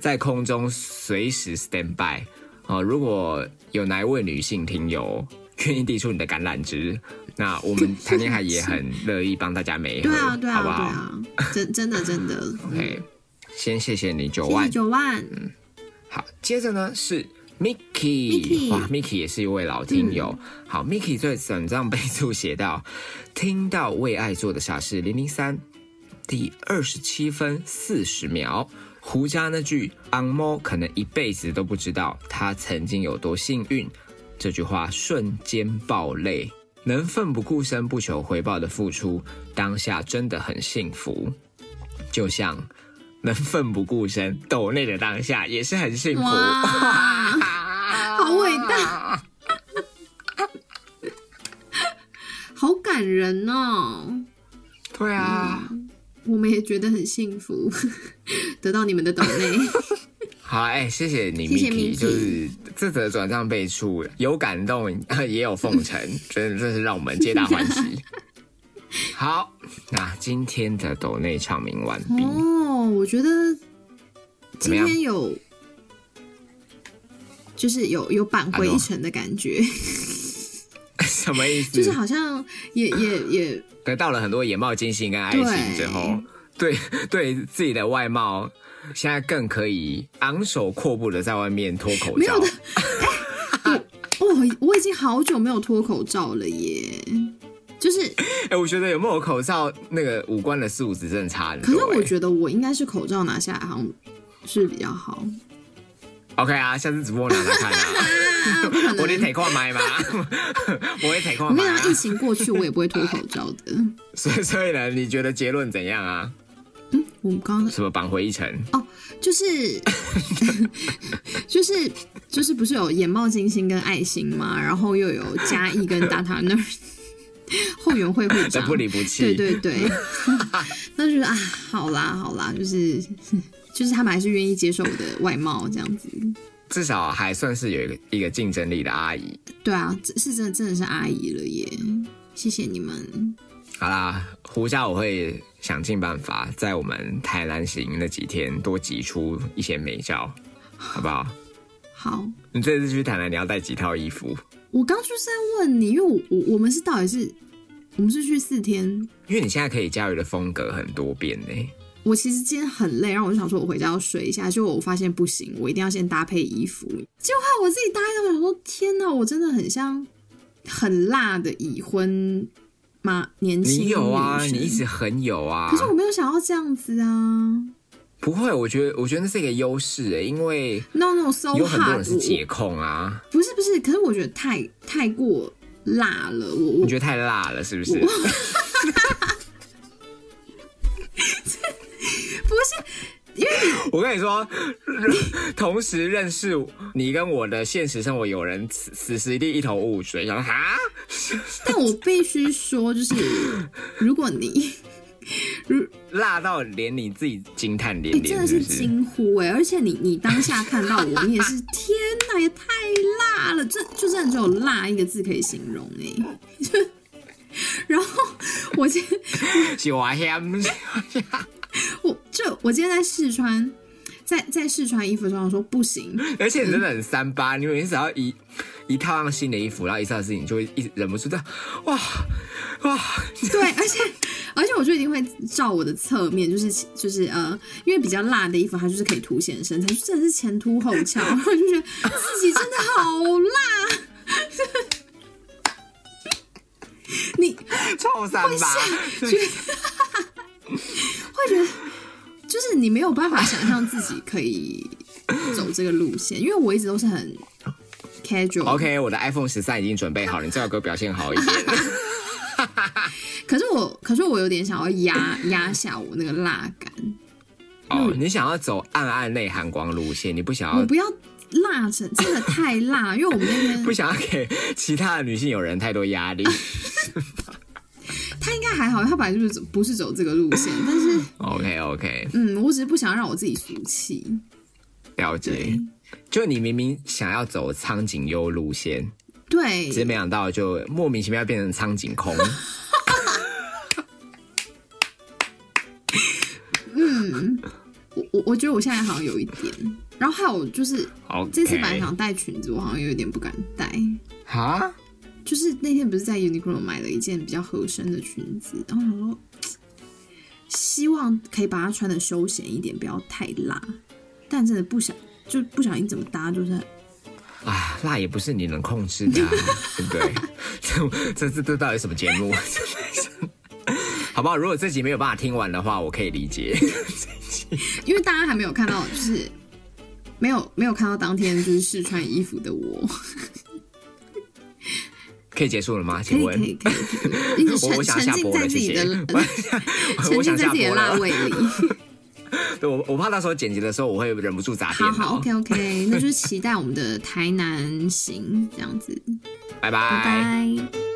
在空中随时 stand by 哦、如果有哪一位女性听友愿意递出你的橄榄枝，那我们谈恋爱也很乐意帮大家媒合，
对啊对
好
啊
不好
对啊，真真的真的，
<laughs>
嗯
OK，先谢谢你九
谢谢
万，嗯
九万，
好，接着呢是
Mickey
Mickey，哇，Mickey 也是一位老听友。好，Mickey 在转账备注写道：“听到为爱做的傻事零零三，第二十七分四十秒，胡渣那句“昂猫可能一辈子都不知道他曾经有多幸运”这句话瞬间爆泪，能奋不顾身、不求回报的付出，当下真的很幸福。就像能奋不顾身抖内的当下也是很幸福。
哇，好伟大，好感人哦！
<laughs> 对
嗯
啊，
我们也觉得很幸福， <laughs> 得到你们的抖内。
好啊，哎、谢谢你
谢谢
Miki，
Miki
就是这则转账备注有感动，也有奉承，真的真是让我们皆大欢
<laughs>
喜。好，那今天的抖内唱名完毕。
哦，我觉得
怎
今
么样
天有，就是有有扳回一城的感
<laughs>
觉，
嗯什么意思？
就是好像也也也
得到了很多眼冒金星跟爱心之后，对 <laughs> 对自己的外貌，现在更可以昂首阔步的在外面脱口
没
罩
有。的。我哦，我已经好久没有脱口罩了耶，就是，
哎、我觉得有没有口罩那个五官的素质真的差很多、
可是我
哎
觉得我应该是口罩拿下来好像是比较好，
OK 啊，下次直播拿来
<laughs>
看啊。
啊、不可能
<laughs> 我得得跨麦嘛， <laughs> 我会得跨
我
麦
跟你
啊
讲，。疫情过去我也不会脱口罩的。
所以所以呢，你觉得结论怎样啊？
我们刚刚
什么扳回一城？
哦就是 <laughs> 就是就是不是有眼冒金星跟爱心嘛，然后又有嘉义跟达塔那儿后援会会
这
长
不，离不弃。
啊对对对， <laughs> 那就是啊，好啦好啦，就是就是他们还是愿意接受我的外貌这样子，
至少还算是有一个一个竞争力的阿姨。
对啊，这是真的真的是阿姨了耶，谢谢你们，
好啦，胡夏我会想尽办法，在我们台南行那几天多挤出一些美照，好不好？
好。
你这次去台南，你要带几套衣服？
我刚就是在问你，因为我我我们是到底是，我们是去四天，
因为你现在可以驾驭的风格很多变呢、
我其实今天很累，然后我就想说，我回家要睡一下。结果我发现不行，我一定要先搭配衣服。结果后来我自己搭一搭，我想说，天哪，我真的很像很辣的已婚妈年轻
你有啊，
女
你
生
一直很有啊。
可是我没有想要这样子啊
不会，我觉得我觉得那是一个优势诶，因为
，no no so
有很多
hard，
人是解
我
控啊。
不是不是，可是我觉得太太过辣了，我我
你觉得太辣了是不
<laughs>
是？
不是
我跟你说，同时认识你跟我的现实生活有人此此时一定一头雾水，想说哈，
但我必须说，就是如果你如
辣到连你自己惊叹
你
连
哎真
连，
的
是
是
不是？
惊呼哎、而且你你当下看到我，你也是天哪，也太辣了，这就真的只有辣一个字可以形容哎、 <laughs> 然后我今天
喜欢香，
我就我今天在试穿，在在试穿衣服的时候我说不行，
而且你真的很三八，你每次只要一一套上新的衣服，然后一上身，你就会一直忍不住的哇哇，
对，哎而且而且我就一定会照我的侧面，就是就是呃，因为比较辣的衣服它就是可以凸显身材，就真的是前凸后翘， <laughs> 然后我就觉得自己真的好辣。 <laughs> 你
臭三八，
<laughs> 就是你没有办法想象自己可以走这个路线，因为我一直都是很 casual。
OK，我的 iPhone 十三已经准备好了，你最好给我表现
<laughs>
好一点。
可是我，可是我有点想要压压下我那个辣感，
哦，你想要走暗暗内含光路线，你不想
我
要
不要辣成真的太辣，因为我们那天
不想要给其他的女性友人太多压
<laughs>
力。
他应该还好，他本来就是走不是走这个路线，但
<laughs>
是
OK OK，
嗯，我只是不想让我自己俗气。
了解。就你明明想要走苍井优路线，
对
只，是没想到就莫名其妙变成苍井
<laughs>
空。
我我我觉得我现在好像有一点，然后还有就是
好，
这次本来想带裙子，我好像有点不敢带。
哈，
就是那天不是在 Uniqlo 买了一件比较合身的裙子，然后想说，希望可以把它穿的休闲一点，不要太辣。但真的不想，就不小心怎么搭，就是
啊，辣也不是你能控制
<laughs>
的、啊，对不对？这这这这到底什么节目？ <laughs> 好不好？如果这集没有办法听完的话，我可以理解。
因为大家还没有看到，就是没有没有看到当天就是试穿衣服
<laughs>
的我。
可以结束了吗？
可
请
以
问
可以可以，一直
我
沉
我想
沉
下
浸
播
在
了，
自
谢
己
谢
的。
我
呃
<laughs>
沉
我想
浸在
下
自己的
播
辣
了，<laughs>
味里。
对我我怕到时候剪辑的时候我会忍不住砸电
好好
脑。
，OK OK，那就是期待我们的台南行这样子，
拜
拜
拜。
拜。